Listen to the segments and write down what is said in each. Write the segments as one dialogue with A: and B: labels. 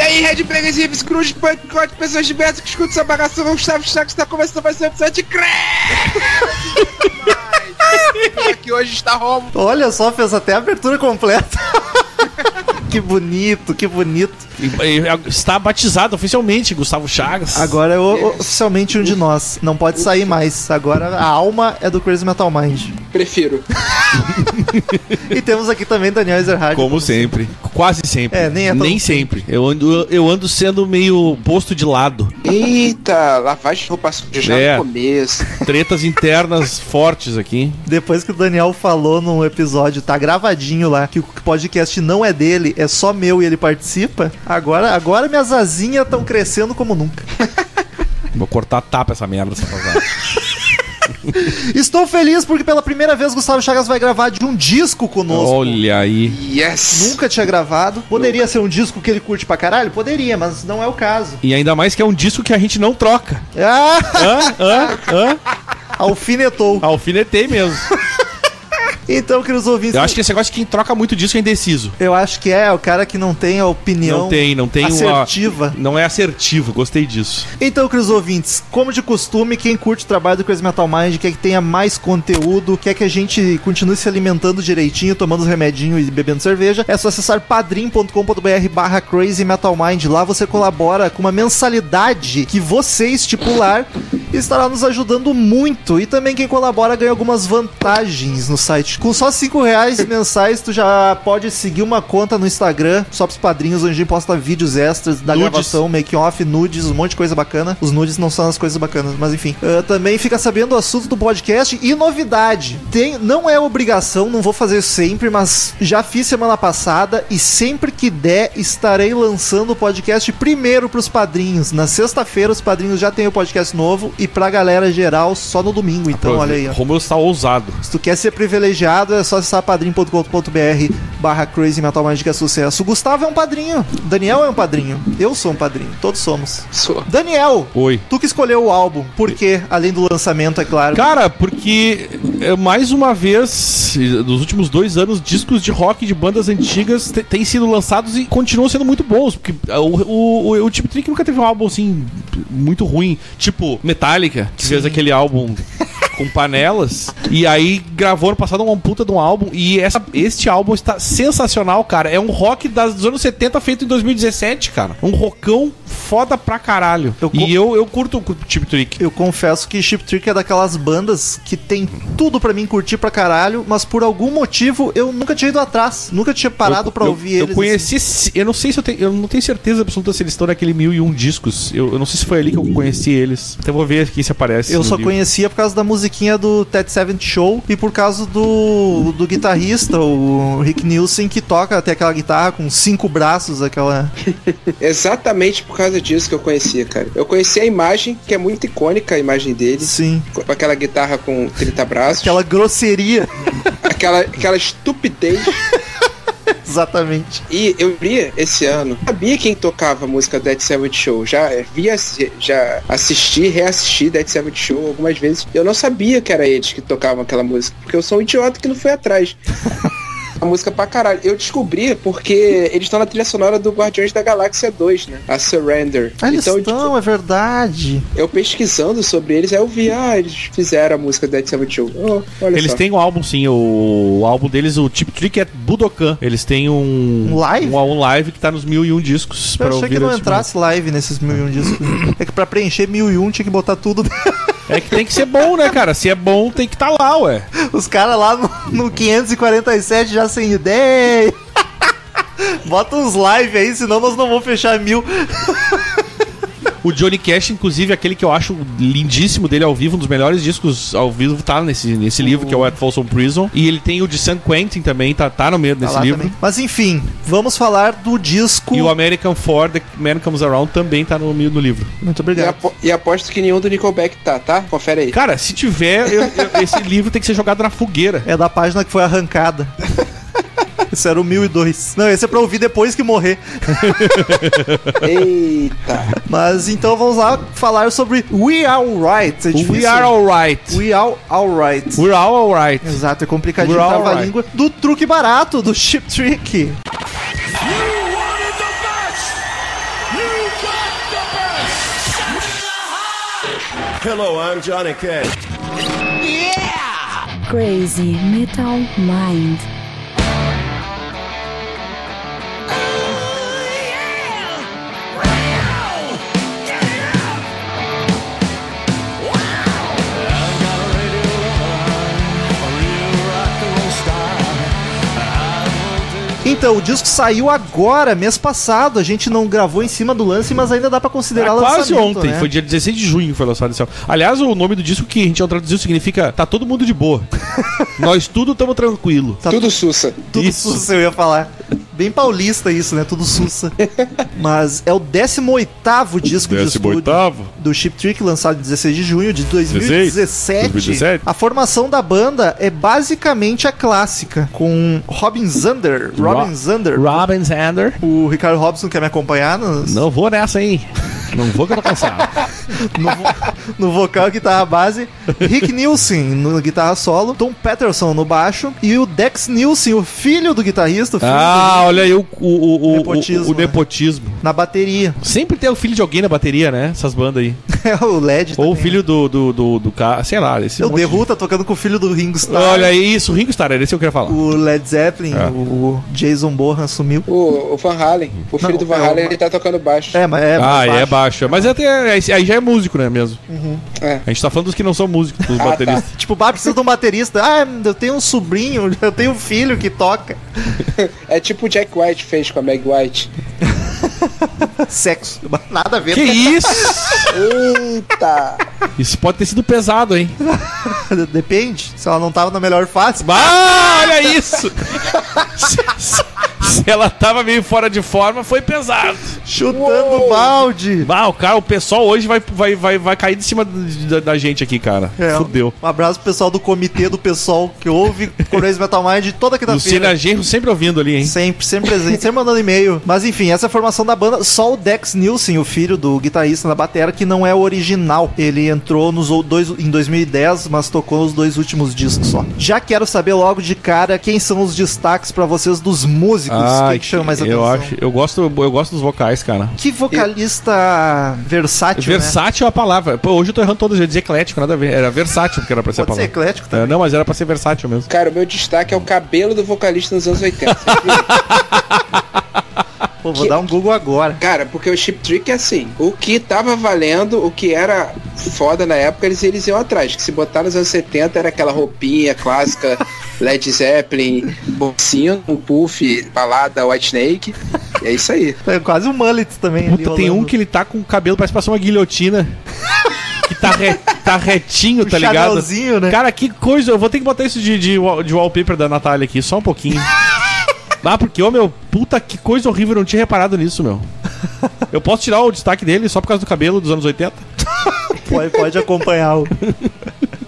A: aí, Red Pegans e Scrooge, Pancode, pessoas diversas que escutam essa bagaça, o Gustavo Chaco está começando mais um episódio de CREM! que hoje está Romo.
B: Olha só, fez até a abertura completa. que bonito, que bonito.
C: E- e- Está batizado oficialmente, Gustavo Chagas.
B: Agora é o- oficialmente um de nós. Não pode sair mais. Agora a alma é do Crazy Metal Mind.
A: Prefiro.
B: E temos aqui também Daniel Ezerhard.
C: Como sempre. Quase sempre.
B: É, nem é tão-
C: Nem sempre. Eu ando, eu ando sendo meio posto de lado.
A: Eita, lavagem de roupa suja já
C: É.
A: no começo.
C: Tretas internas fortes aqui.
B: Depois que o Daniel falou num episódio, tá gravadinho lá, que o podcast não é dele, é só meu e ele participa. Agora, agora minhas asinhas estão crescendo como nunca.
C: Vou cortar a tapa essa merda. Essa pausada.
B: Estou feliz porque pela primeira vez Gustavo Chagas vai gravar de um disco conosco.
C: Olha aí.
A: Yes!
B: Nunca tinha gravado. Poderia ser um disco que ele curte pra caralho? Poderia, mas não é o caso.
C: E ainda mais que é um disco que a gente não troca.
B: Ah,
C: Hã? Hã? Hã?
B: alfinetou.
C: Alfinetei mesmo.
B: Então, queridos ouvintes,
C: Eu acho que esse negócio de quem troca muito disco é indeciso.
B: eu acho que é o cara que não tem a opinião
C: Não tem, não tem uma.
B: assertiva.
C: Não é assertivo, gostei disso.
B: Então, queridos ouvintes, como de costume, quem curte o trabalho do Crazy Metal Mind quer que tenha mais conteúdo, quer que a gente continue se alimentando direitinho, tomando os remedinhos e bebendo cerveja, é só acessar padrim.com.br barra Crazy Metal Mind. Lá você colabora com uma mensalidade que você estipular e estará nos ajudando muito. E também quem colabora ganha algumas vantagens no site. Com só 5 reais mensais, tu já pode seguir uma conta no Instagram, só pros padrinhos, onde a gente posta vídeos extras da
C: Nudes.
B: gravação então, make off, nudes, um monte de coisa bacana. Os nudes não são as coisas bacanas, mas enfim. Ah, também fica sabendo o assunto do podcast e novidade. Tem, não é obrigação, não vou fazer sempre, mas já fiz semana passada e sempre que der estarei lançando o podcast primeiro pros padrinhos. Na sexta-feira os padrinhos já têm o podcast novo e pra galera geral só no domingo. Então olha aí, ó.
C: Romeu está ousado.
B: Se tu quer ser privilegiado, é só acessar padrim.com.br barra Crazy Metal Magic é sucesso. O Gustavo é um padrinho, o Daniel é um padrinho, eu sou um padrinho, todos somos.
A: Sou.
B: Daniel,
C: Oi.
B: tu que escolheu o álbum, por quê? Além do lançamento, é claro.
C: Cara, porque é, mais uma vez, nos últimos dois anos, discos de rock de bandas antigas te- têm sido lançados e continuam sendo muito bons. Porque é, o, o, o, o Tip Trick nunca teve um álbum assim muito ruim. Tipo Metallica, que fez aquele álbum. Com panelas. E aí gravou ano passado uma puta de um álbum. E essa, este álbum está sensacional, cara. É um rock das, dos anos 70 feito em 2017, cara. Um rockão foda pra caralho.
B: Eu co-
C: e eu, eu curto o Tip Trick.
B: Eu confesso que Chip Trick é daquelas bandas que tem tudo pra mim curtir pra caralho, mas por algum motivo eu nunca tinha ido atrás, nunca tinha parado
C: eu,
B: pra
C: eu-
B: ouvir
C: eu
B: eles. assim.
C: conheci, esse- eu não sei se eu tenho, eu não tenho certeza absoluta se eles estão naquele mil e um discos. Eu, eu não sei se foi ali que Então eu conheci eles. Até vou ver aqui se aparece.
B: Eu
C: no
B: só
C: livro.
B: conhecia por causa da musiquinha do Ted Seventh Show e por causa do, do guitarrista, o Rick Nielsen, que toca até aquela guitarra com cinco braços, aquela.
A: Exatamente por causa disso que eu conhecia, cara. Eu conheci a imagem, que é muito icônica a imagem dele,
B: Sim.
A: com aquela guitarra com 30 braços, aquela,
B: Aquela grosseria.
A: aquela, estupidez.
B: Exatamente.
A: e eu li esse ano, sabia quem tocava a música Dead Seventh Show, já via, já assisti, reassisti Dead Seventh Show algumas vezes. Eu não sabia que era eles que tocavam aquela música, porque eu sou um idiota que não foi atrás. A música é pra caralho. Eu descobri porque eles estão na trilha sonora do Guardiões da Galáxia 2, né? A Surrender.
B: Ah, eles
A: então, eu
B: estão, é verdade.
A: Eu pesquisando sobre eles, aí eu vi, ah, eles fizeram a música Dead Seventh Show. Oh, olha
C: Eles
A: só.
C: têm um álbum, sim. O, o álbum deles, o Tip Trick é Budokan. Eles têm um.
B: Um live?
C: Um, um live que tá nos mil e um discos.
B: Eu achei que não
C: antes de-
B: entrasse live nesses mil e um discos. É que pra preencher mil e um tinha que botar tudo.
C: É que tem que ser bom, né, cara? Se é bom, tem que estar tá lá, ué.
B: Os caras lá no, no 547 já sem ideia. Bota uns live aí, senão nós não vamos fechar mil.
C: O Johnny Cash, inclusive, aquele que eu acho lindíssimo dele ao vivo, um dos melhores discos ao vivo, tá nesse, nesse livro, que é o At Folsom Prison. E ele tem o de San Quentin também, tá, tá no meio
B: Tá
C: desse
B: lá
C: livro.
B: também. Mas enfim, vamos falar do disco.
C: E o American For The Man Comes Around também tá no, meio do livro.
B: Muito
A: E,
B: obrigado.
A: apo- e aposto que nenhum do Nickelback tá, tá? Confere aí.
C: Cara, se tiver, eu- eu- esse livro tem que ser jogado na fogueira.
B: É da página que foi arrancada. Esse era o 1002. Não, esse é pra ouvir depois que morrer.
A: Eita.
B: Mas então vamos lá falar sobre We Are Alright. É
C: We
B: difícil.
C: are alright.
B: We Are Alright.
C: We're all alright.
B: Exato, é complicadinho
C: We're
B: trava a
C: alright.
B: língua. Do truque barato, do chip trick.
D: Hello, I'm Johnny Cash.
E: Crazy Metal Mind.
B: Então, o disco saiu agora, mês passado. A gente não gravou em cima do lance, mas ainda dá pra
C: Era
B: considerar
C: É quase
B: lançamento,
C: ontem,
B: né?
C: foi dia 16 de junho que foi lançado esse álbum. Aliás, o nome do disco que a gente não traduziu significa Tá todo mundo de boa. Nós tudo tamo tranquilo.
B: Tá
A: Tudo sussa.
B: Tudo
C: Isso.
B: sussa, eu ia falar. Bem paulista isso, né? Tudo sussa. Mas é o 18º disco de estúdio do Chip Trick, lançado em 16 de junho de 2017.
C: 2017.
B: A formação da banda é basicamente a clássica, com Robin Zander. Robin
C: Ro-
B: Zander.
C: Robin Sander.
B: O Ricardo Robson quer me acompanhar no,
C: Não vou nessa, hein? Não vou que eu tô cansado.
B: no, vo- no vocal e guitarra base. Rick Nielsen no guitarra solo. Tom Patterson no baixo. E o Dex Nielsen, o filho do guitarrista, o filho
C: ah, olha aí o, o, o, o-
B: Nepotismo,
C: o- o nepotismo.
B: do- na bateria.
C: Sempre tem o filho de alguém na bateria, né? Essas bandas aí.
B: É o LED.
C: Ou o
B: também.
C: filho do, do, do, do cara, sei lá. Esse
B: Eu
C: monte de-
B: derruto tá tocando com o filho do Ringo Starr.
C: Olha aí, isso, Ringo Starr, era esse que eu queria falar.
B: O Led Zeppelin,
C: É.
B: o o Jason Bourne assumiu.
A: O, o Van Halen. O filho
B: Não,
A: do Van
B: é o-
A: Halen, ele tá tocando baixo.
B: É, mas é.
C: ah,
B: mais Uhum.
C: é baixo. é. Mas até, aí aí já é músico, né, mesmo?
A: É.
C: A gente tá falando dos que não são músicos, dos
A: Ah, tá.
C: bateristas.
B: Tipo, o bar precisa de um baterista. Ah, eu tenho um sobrinho, eu tenho um filho que toca.
A: É tipo o Jack White fez com a Meg White.
B: Sexo. Nada a ver.
C: Que isso?
A: Eita!
C: Isso pode ter sido pesado, hein?
B: Depende. Se ela não tava na melhor fase.
C: Ah, olha isso! se, se- se ela tava meio fora de forma, foi pesado.
B: Chutando o balde.
C: Ah, o cara, o pessoal hoje vai, vai, vai, vai cair de cima da, da gente aqui, cara.
B: É,
C: Fudeu.
B: Um abraço pro pessoal do comitê do pessoal que ouve Crazy Metal Mind toda quinta-feira.
C: Lucina Genro sempre ouvindo ali, hein?
B: Sempre, sempre presente, sempre mandando e-mail. Mas enfim, essa é a formação da banda. Só o Dex Nielsen, o filho do guitarrista na batera, que não é o original. Ele entrou nos ou- dois, em 2010, mas tocou nos dois últimos discos só. Já quero saber logo de cara quem são os destaques pra vocês dos músicos. Quem que chama mais
C: Ah, eu
B: atenção?
C: acho, eu gosto, eu gosto dos vocais, cara.
B: Que vocalista versátil, né?
C: versátil é a palavra. Pô, hoje eu tô errando todas, eu ia dizer eclético, nada a ver. Era versátil que era pra ser
B: Pode
C: a
B: ser
C: palavra.
B: eclético
C: É,
B: também.
C: não, mas era pra ser versátil mesmo.
A: Cara, o meu destaque é o cabelo do vocalista nos anos 80.
B: Pô, vou dar um Google agora.
A: Cara, porque o Chip Trick é assim, o que tava valendo, o que era foda na época, eles, eles iam atrás. Que se botar nos anos 70 era aquela roupinha clássica, Led Zeppelin, bolsinho, um puff, balada, White Snake. E é isso aí.
B: É quase um mullet também. ali
C: Puta, tem
B: rolando.
C: um que ele tá com o cabelo, parece que passou uma guilhotina. que tá, re- tá retinho,
B: O
C: tá ligado?
B: Chanelzinho, Um né?
C: Cara, que coisa. Eu vou ter que botar isso de, de, wall- de wallpaper da Natália aqui, só um pouquinho. Ah, porque, ô meu, puta que coisa horrível, eu não tinha reparado nisso, meu. Eu posso tirar o destaque dele só por causa do cabelo dos anos 80?
B: Pode, pode acompanhar o.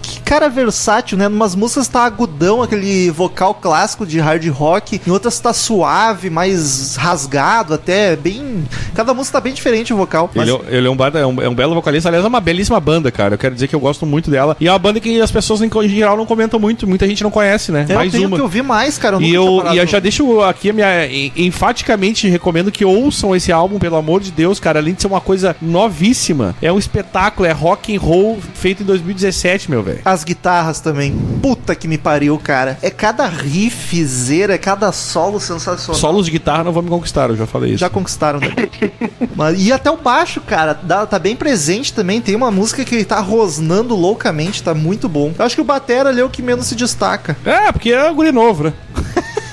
B: Que cara versátil, né? Numas músicas tá agudão, aquele vocal clássico de hard rock. Em outras tá suave, mais rasgado, até bem. Cada música tá bem diferente o vocal. Mas
C: Ele, é, ele é um, bada- é um- é um belo vocalista, aliás, é uma belíssima banda, cara. Eu quero dizer que eu gosto muito dela. E é uma banda que as pessoas em co- em geral não comentam muito, muita gente não conhece, né?
B: é, eu
C: Mais
B: tenho
C: uma.
B: que ouvir mais, cara.
C: E
B: nunca tinha
C: eu,
B: parado.
C: e eu já deixo aqui a minha. en- Enfaticamente recomendo que ouçam esse álbum, pelo amor de Deus, cara. Além de ser uma coisa novíssima, é um espetáculo, é rock and roll feito em 2017, meu velho.
B: As guitarras também. Puta que me pariu, cara. É cada riffzeira, é cada solo sensacional.
C: Solos de guitarra não vão me conquistar, eu já falei isso.
B: Já conquistaram, né? Mas- e até o baixo, cara, dá- tá bem presente também. Tem uma música que ele tá rosnando loucamente, tá muito bom. Eu acho que o Batera ali é o que menos se destaca.
C: É, porque é um guri novo, né?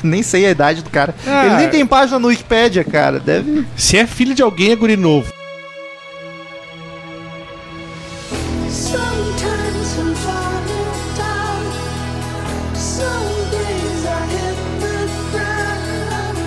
B: Nem sei a idade do cara.
C: Ah.
B: Ele nem tem página no Wikipedia, cara. Deve.
C: Se é filho de alguém, é guri novo.
F: Sometimes I'm falling down. Some days I hit the ground.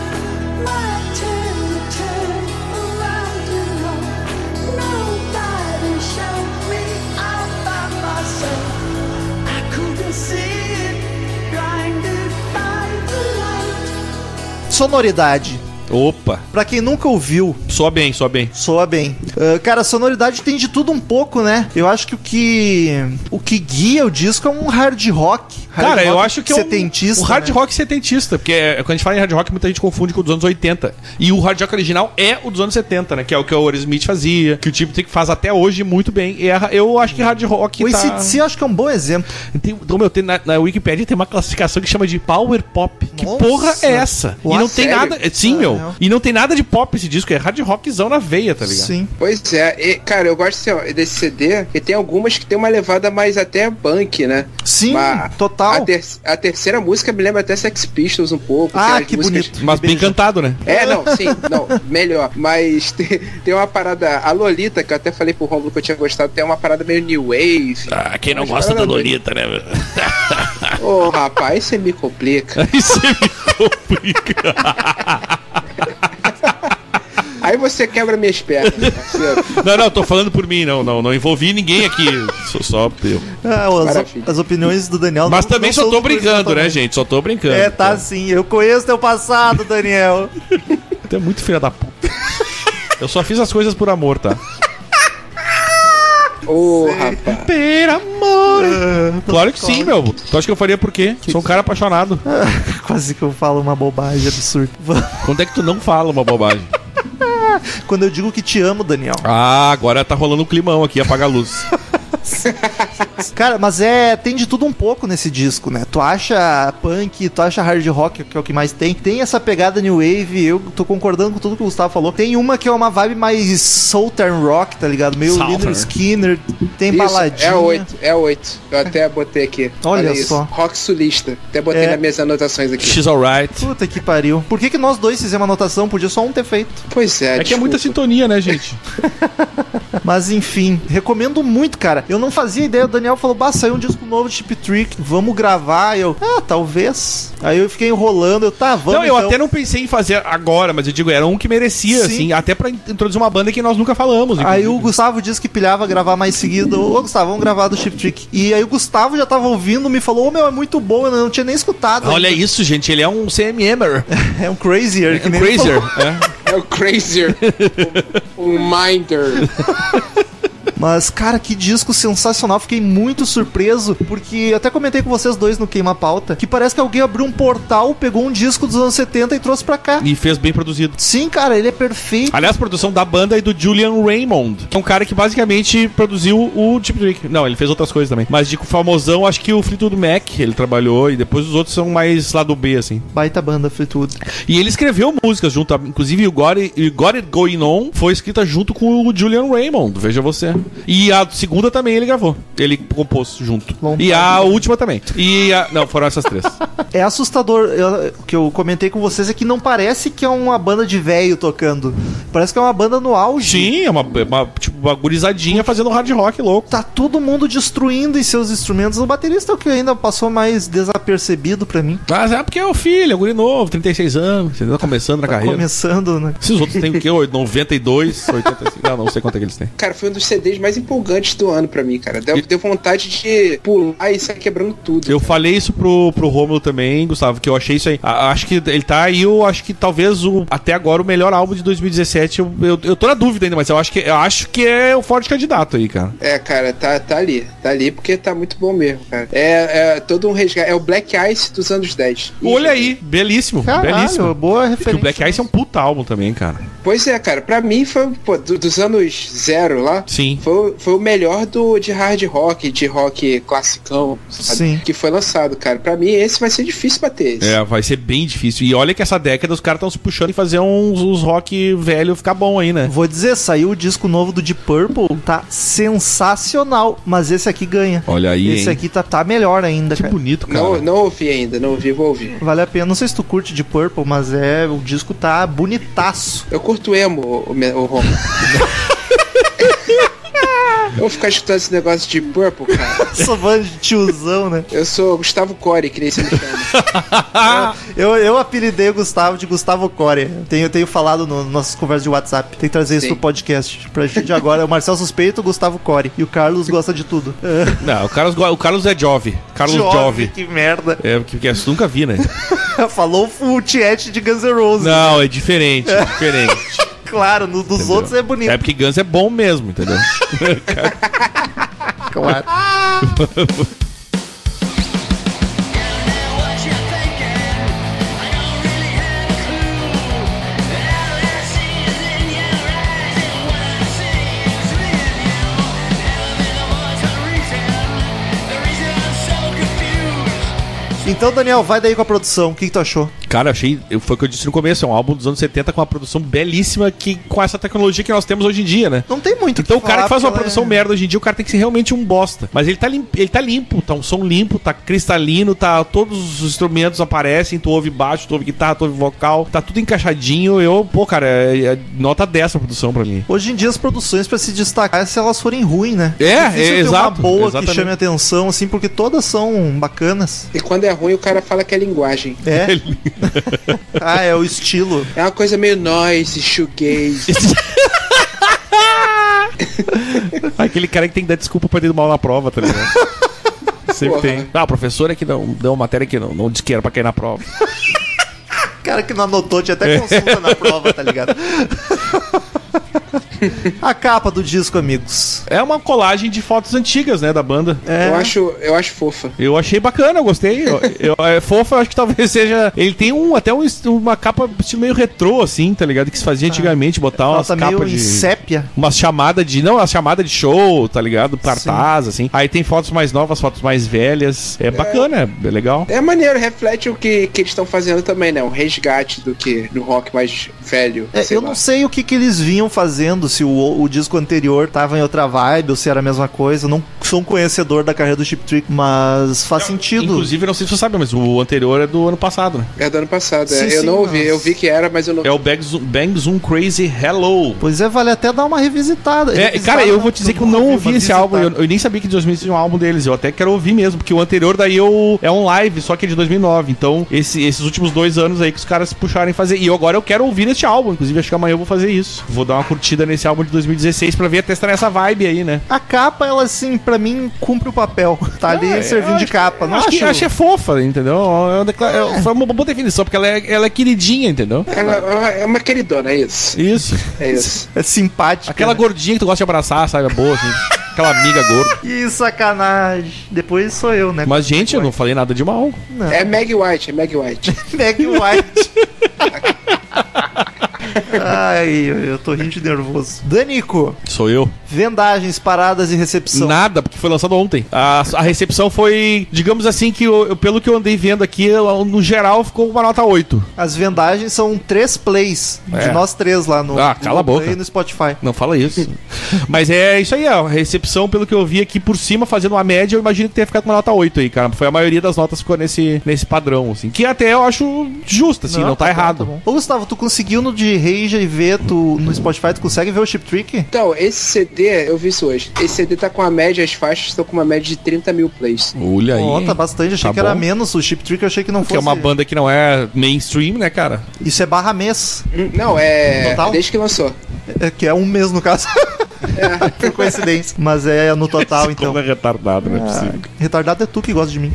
F: My turn to turn around, you know. Nobody showed me out by myself. I couldn't see it, blinded by the light.
B: Sonoridade.
C: Opa!
B: Pra quem nunca ouviu
C: Soa bem, soa bem.
B: Soa bem. Ah, cara, a sonoridade tem de tudo um pouco, né? Eu acho que o que o que guia o disco é um hard rock. Hard
C: Cara, eu
B: rock
C: acho que é um-
B: setentista,
C: um hard
B: né?
C: rock setentista, porque é, quando a gente fala em hard rock, muita gente confunde com o dos anos 80. E o hard rock original é o dos anos 70, né? Que é o que o Aerosmith fazia, que o Tip Trick faz até hoje muito bem. E é- eu acho que hard rock
B: O
C: tá...
B: ACDC eu acho que é um bom exemplo.
C: Tem, então, meu, tem, na, na Wikipedia tem uma classificação que chama de Power Pop. Que
B: Nossa.
C: porra é essa?
B: Uá,
C: e não tem
A: sério?
C: nada. é, Sim,
B: Ah,
C: meu.
B: não.
C: E não tem nada de pop esse disco, é hard rockzão na veia, tá ligado?
B: Sim.
A: Pois é, e, cara, eu gosto assim, ó, desse CD, que tem algumas que tem uma levada mais até punk, né?
B: Sim,
A: Mas
B: total.
A: A, ter- a terceira música me lembra até Sex Pistols um pouco.
B: Ah,
A: aquelas
B: que
A: músicas-
B: bonito.
C: Mas bem
B: Beijo.
C: cantado, né?
A: É, não, sim, não, melhor. Mas tem, tem uma parada, a Lolita, que eu até falei pro Romulo que eu tinha gostado, tem uma parada meio New Wave.
C: Ah, quem não
A: Mas gosta parada da doida.
C: né?
A: Ô, rapaz, você me complica.
C: Aí você é me complica.
A: Aí você quebra minhas pernas, parceiro.
C: Não, não, tô falando por mim, não, não, não envolvi ninguém aqui. Sou só eu.
B: Ah,
A: Maravilha.
B: as, as opiniões do Daniel.
C: Mas
B: não-
C: também
B: não
C: só
B: são
C: tô
B: do Corinthians
C: brincando, né,
B: totalmente.
C: gente? Só tô brincando.
B: É, tá sim. Eu conheço teu passado, Daniel.
C: Tu é muito filha da puta. Eu só fiz as coisas por amor, tá?
A: Ô, rapaz.
C: Per amor.
B: Ah,
C: Claro que sim, meu. Tu acha que eu faria por quê? Sou um cara apaixonado.
B: Tá Quase que eu falo uma bobagem absurda.
C: Quando é que tu não fala uma bobagem?
B: Quando eu digo que te amo, Daniel.
C: Ah, agora tá rolando um climão aqui, apaga a luz.
B: Cara, mas é. Tem de tudo um pouco nesse disco, né? Tu acha punk, tu acha hard rock, que é o que mais tem. Tem essa pegada new wave, eu tô concordando com tudo que o Gustavo falou. Tem uma que é uma vibe mais southern rock, tá ligado? Meio
C: Southern.
B: Leonard Skinner, tem
A: Isso,
B: baladinha.
A: é oito, é oito. Eu até botei aqui.
B: Olha só.
A: Rock sulista. Até botei
B: É.
A: nas minhas anotações aqui.
C: She's alright.
B: Puta que pariu. Por que, que nós dois fizemos anotação? Podia só um ter feito.
A: Pois é,
C: É que é muita
A: desculpa.
C: sintonia, né, gente?
B: Mas enfim, recomendo muito, cara. Eu não fazia ideia, o Daniel falou: bah, saiu um disco novo de Chip Trick, vamos gravar. Eu, ah, talvez. Aí eu fiquei enrolando, eu, tá, vamos.
C: Não, eu
B: então."
C: até não pensei em fazer agora, mas eu digo, era um que merecia,
B: Sim.
C: assim, até pra in- introduzir uma banda que nós nunca falamos.
B: Aí
C: inclusive.
B: o Gustavo disse que pilhava gravar mais seguido. Ô, Gustavo, vamos gravar do Chip Trick. E aí o Gustavo já tava ouvindo, me falou: Ô meu, é muito bom, eu não tinha nem escutado.
C: Olha
B: ainda."
C: isso, gente, ele é um CMMer.
B: É um crazier que nem ele
C: Crazier.
B: falou.
C: É.
A: É o Crazier. o, o Minder.
B: Mas, cara, que disco sensacional. Fiquei muito surpreso, porque eu até comentei com vocês dois no Queima Pauta que parece que alguém abriu um portal, pegou um disco dos anos 70 e trouxe pra cá.
C: E fez bem produzido.
B: Sim, cara, ele é perfeito.
C: Aliás, produção da banda e do Julian Raymond, que é um cara que basicamente produziu o Chip Trick. Não, ele fez outras coisas também. Mas de famosão, acho que o Fleetwood Mac ele trabalhou e depois os outros são mais lá do B, assim.
B: Baita banda, Fleetwood.
C: E ele escreveu músicas junto, a, inclusive o Got, It, o Got It Going On foi escrita junto com o Julian Raymond, veja você. E a segunda também ele gravou, ele compôs junto.
B: Bom,
C: e a última também. E a, não, foram essas três.
B: É assustador. eu- o que eu comentei com vocês é que não parece que é uma banda de velho tocando. Parece que é uma banda no auge.
C: Sim, é uma, é uma, tipo, uma gurizadinha fazendo hard rock louco.
B: Tá todo mundo destruindo em seus instrumentos. O baterista é o que ainda passou mais desapercebido pra mim.
C: Mas é porque é o filho, é um guri novo, 36 anos, entendeu? Começando na carreira.
B: Começando, né?
C: Esses outros têm o quê? 92, 85? Não, não sei quanto é que eles têm.
A: Cara, foi um dos CDs mais empolgantes do ano pra mim, cara. Deu, deu vontade de pular e sair quebrando tudo.
C: Eu falei isso pro, pro Rômulo também, Gustavo, que eu achei isso aí. A- acho que ele tá aí, eu acho que talvez o, até agora o melhor álbum de 2017. Eu, eu, eu tô na dúvida ainda, mas eu acho que, eu acho que é o forte candidato aí, cara.
A: É, cara, tá, tá ali. Tá ali porque tá muito bom mesmo, cara. É, é todo um resgate. É o Black Ice dos anos 10.
C: Olha aí, belíssimo, belíssimo.
B: Caralho, boa
C: Porque
B: referência.
C: o Black Ice é um puta álbum também, cara.
A: Pois é, cara. Pra mim foi pô, do- dos anos zero lá.
C: Sim.
A: Foi, o- foi o melhor do de hard rock, de rock classicão, sabe?
B: Sim.
A: que foi lançado, cara. Pra mim esse vai ser difícil bater. Esse.
C: É, vai ser bem difícil. E olha que essa década os caras estão se puxando e fazer uns, uns rock velho ficar bom aí, né?
B: Vou dizer, saiu o disco novo do Deep Purple, tá sensacional, mas esse aqui ganha.
C: Olha aí,
B: esse
C: hein?
B: aqui tá, tá melhor ainda,
C: Que
B: cara.
C: bonito, cara.
A: Não, não ouvi ainda, não ouvi, vou ouvir.
B: Vale a pena, não sei se tu curte de Purple, mas é, o disco tá bonitaço.
A: Eu curto emo, o, o, o Roma. Eu vou ficar escutando esse negócio de Purple, cara.
B: Essa banda de tiozão, né?
A: Eu sou Gustavo Core, que nem se me chama.
B: Eu, eu apelidei o Gustavo de Gustavo Core. Tenho, tenho falado no- nas nossas conversas de WhatsApp. Tem que trazer isso
A: Sim.
B: pro podcast. Pra gente de agora, é o Marcel Suspeito, o Gustavo Core. E o Carlos gosta de tudo.
C: Não, o Carlos, go- o Carlos é Jove. Carlos
B: Jove,
C: Jove.
B: Que merda.
C: É, porque, porque eu nunca vi, né?
B: Falou o Tiet de Guns N' Roses.
C: Não, é diferente, é diferente.
B: claro, no dos outros é bonito.
C: É porque Guns é bom mesmo, entendeu?
B: claro. Então, Daniel, vai daí com a produção. O que, que tu achou?
C: Cara, achei. eu- Foi o que eu disse no começo, é um álbum dos anos 70 com uma produção belíssima que, com essa tecnologia que nós temos hoje em dia, né?
B: Não tem muito. o
C: Então o cara
B: falar,
C: que faz uma
B: porque ela
C: produção
B: é-
C: merda hoje em dia, o cara tem que ser realmente um bosta. Mas ele tá, lim- ele tá limpo, tá um som limpo, tá cristalino, tá todos os instrumentos aparecem, tu ouve baixo, tu ouve guitarra, tu ouve vocal, tá tudo encaixadinho. Eu, pô, cara, é, é nota 10 a produção pra mim.
B: Hoje em dia as produções pra se destacar é se elas forem ruins, né? Difícil
C: É, é,
B: ter uma
C: exato,
B: boa
C: exatamente.
B: que chame atenção, assim, porque todas são bacanas.
A: E quando é ruim, o cara fala que é linguagem.
B: É. ah, é o estilo.
A: É uma coisa meio noise, shoegaze.
C: Aquele cara que tem que dar desculpa pra ter ido mal na prova, tá ligado? Sempre
A: Porra.
C: tem. Ah, o professor é que não deu uma matéria que não, não disse que era pra cair na prova.
B: Cara que não anotou, tinha
C: É.
B: até consulta na prova, tá ligado? A capa do disco, amigos.
C: É uma colagem de fotos antigas, né, da banda.
B: É.
A: Eu, acho, eu acho fofa.
C: Eu achei bacana, eu gostei. Eu, eu- é fofa, eu acho que talvez seja. Ele tem um até um est- uma capa estilo meio retrô, assim, tá ligado? Que se fazia antigamente, botar
B: Ah. Ela
C: umas
B: tá meio
C: capas
B: em
C: de.
B: sépia.
C: Uma chamada de. Não, uma chamada de show, tá ligado? Cartaz, assim. Aí tem fotos mais novas, fotos mais velhas. É bacana, é, legal.
A: É maneiro, reflete o que, que eles estão fazendo também, né? Um resgate do que no rock mais velho.
B: É,
A: sei
B: eu
A: lá.
B: não sei o que, que eles vinham fazendo, se o, o disco anterior tava em outra vibe ou se era a mesma coisa. Eu não sou um conhecedor da carreira do Chip Trick, mas faz sentido.
C: É, Inclusive, não sei se você sabe, mas o anterior é do ano passado, né?
A: É do ano passado. é.
B: Sim,
A: eu
B: sim,
A: não ouvi,
B: mas-
A: eu vi que era, mas eu não
C: É o Bang Zoom, Bang Zoom Crazy Hello.
B: Pois é, vale até dar uma revisitada.
C: É,
B: Revisitada,
C: cara, eu
B: não,
C: vou dizer que eu não
B: uma
C: ouvi esse
B: visitada.
C: álbum, eu, eu nem sabia que 2000 tinha um álbum deles, eu até quero ouvir mesmo, porque o anterior daí eu, é um live, só que é de 2009, então esse- esses últimos dois anos aí que os caras puxaram em fazer, e eu, agora eu quero ouvir este álbum, inclusive acho que amanhã eu vou fazer isso, vou dar uma curtida nesse álbum de 2016 pra ver até se tá nessa vibe aí, né?
B: A capa, ela assim, pra mim, cumpre o papel. Tá ali
C: É, eu
B: servindo de
C: acho-
B: capa. Não
C: acho que
B: acho,
C: achei fofa, entendeu? É uma decla- é- Foi uma boa definição, porque ela é, ela é queridinha, entendeu?
A: Ela é uma- é uma queridona, é isso.
C: Isso.
A: É isso.
B: é simpática.
C: Aquela
B: né?
C: gordinha que tu gosta de abraçar, sabe? É boa, assim. Aquela amiga gorda.
B: Ih, sacanagem. Depois sou eu, né?
C: Mas, gente, eu não falei nada de mal.
A: É Meg White, é Meg White.
B: Meg White. Ai, eu, eu tô rindo de nervoso. Danico,
C: Sou eu.
B: vendagens, paradas e recepção.
C: Nada, porque foi lançado ontem. A, a recepção foi, digamos assim, que eu- eu- pelo que eu andei vendo aqui, ela, no geral ficou uma nota 8.
B: As vendagens são três plays
C: É.
B: de nós três lá no,
C: Ah, cala a
B: no Play
C: boca.
B: e no Spotify.
C: Não fala isso. Mas é isso aí, ó. A recepção, pelo que eu vi aqui por cima, fazendo uma média, eu imagino que tenha ficado uma nota 8 aí, cara. Foi a maioria das notas que ficou nesse, nesse padrão, assim. Que até eu acho justo, assim, não, tá,
B: Ah, bom,
C: errado.
B: bom. Ô, Gustavo, tu conseguiu no de Rage e ver tu, no Spotify, tu consegue ver o Chip Trick?
A: Então, esse CD, eu vi isso hoje. Esse CD tá com a média, as faixas estão com uma média de 30 mil plays.
C: Olha
B: Nota bastante, achei
C: Tá
B: que era
C: bom.
B: menos. O Chip Trick eu achei que não
C: Que
B: fosse.
C: é uma banda que não é mainstream, né, cara?
B: Isso é barra mês,
A: Hum, Não, é.
B: Total?
A: Desde que lançou.
B: é, que é um mês no caso. Por coincidência. Mas é no total, então.
C: Como é retardado, não é possível.
B: Ah, retardado é tu que gosta de mim.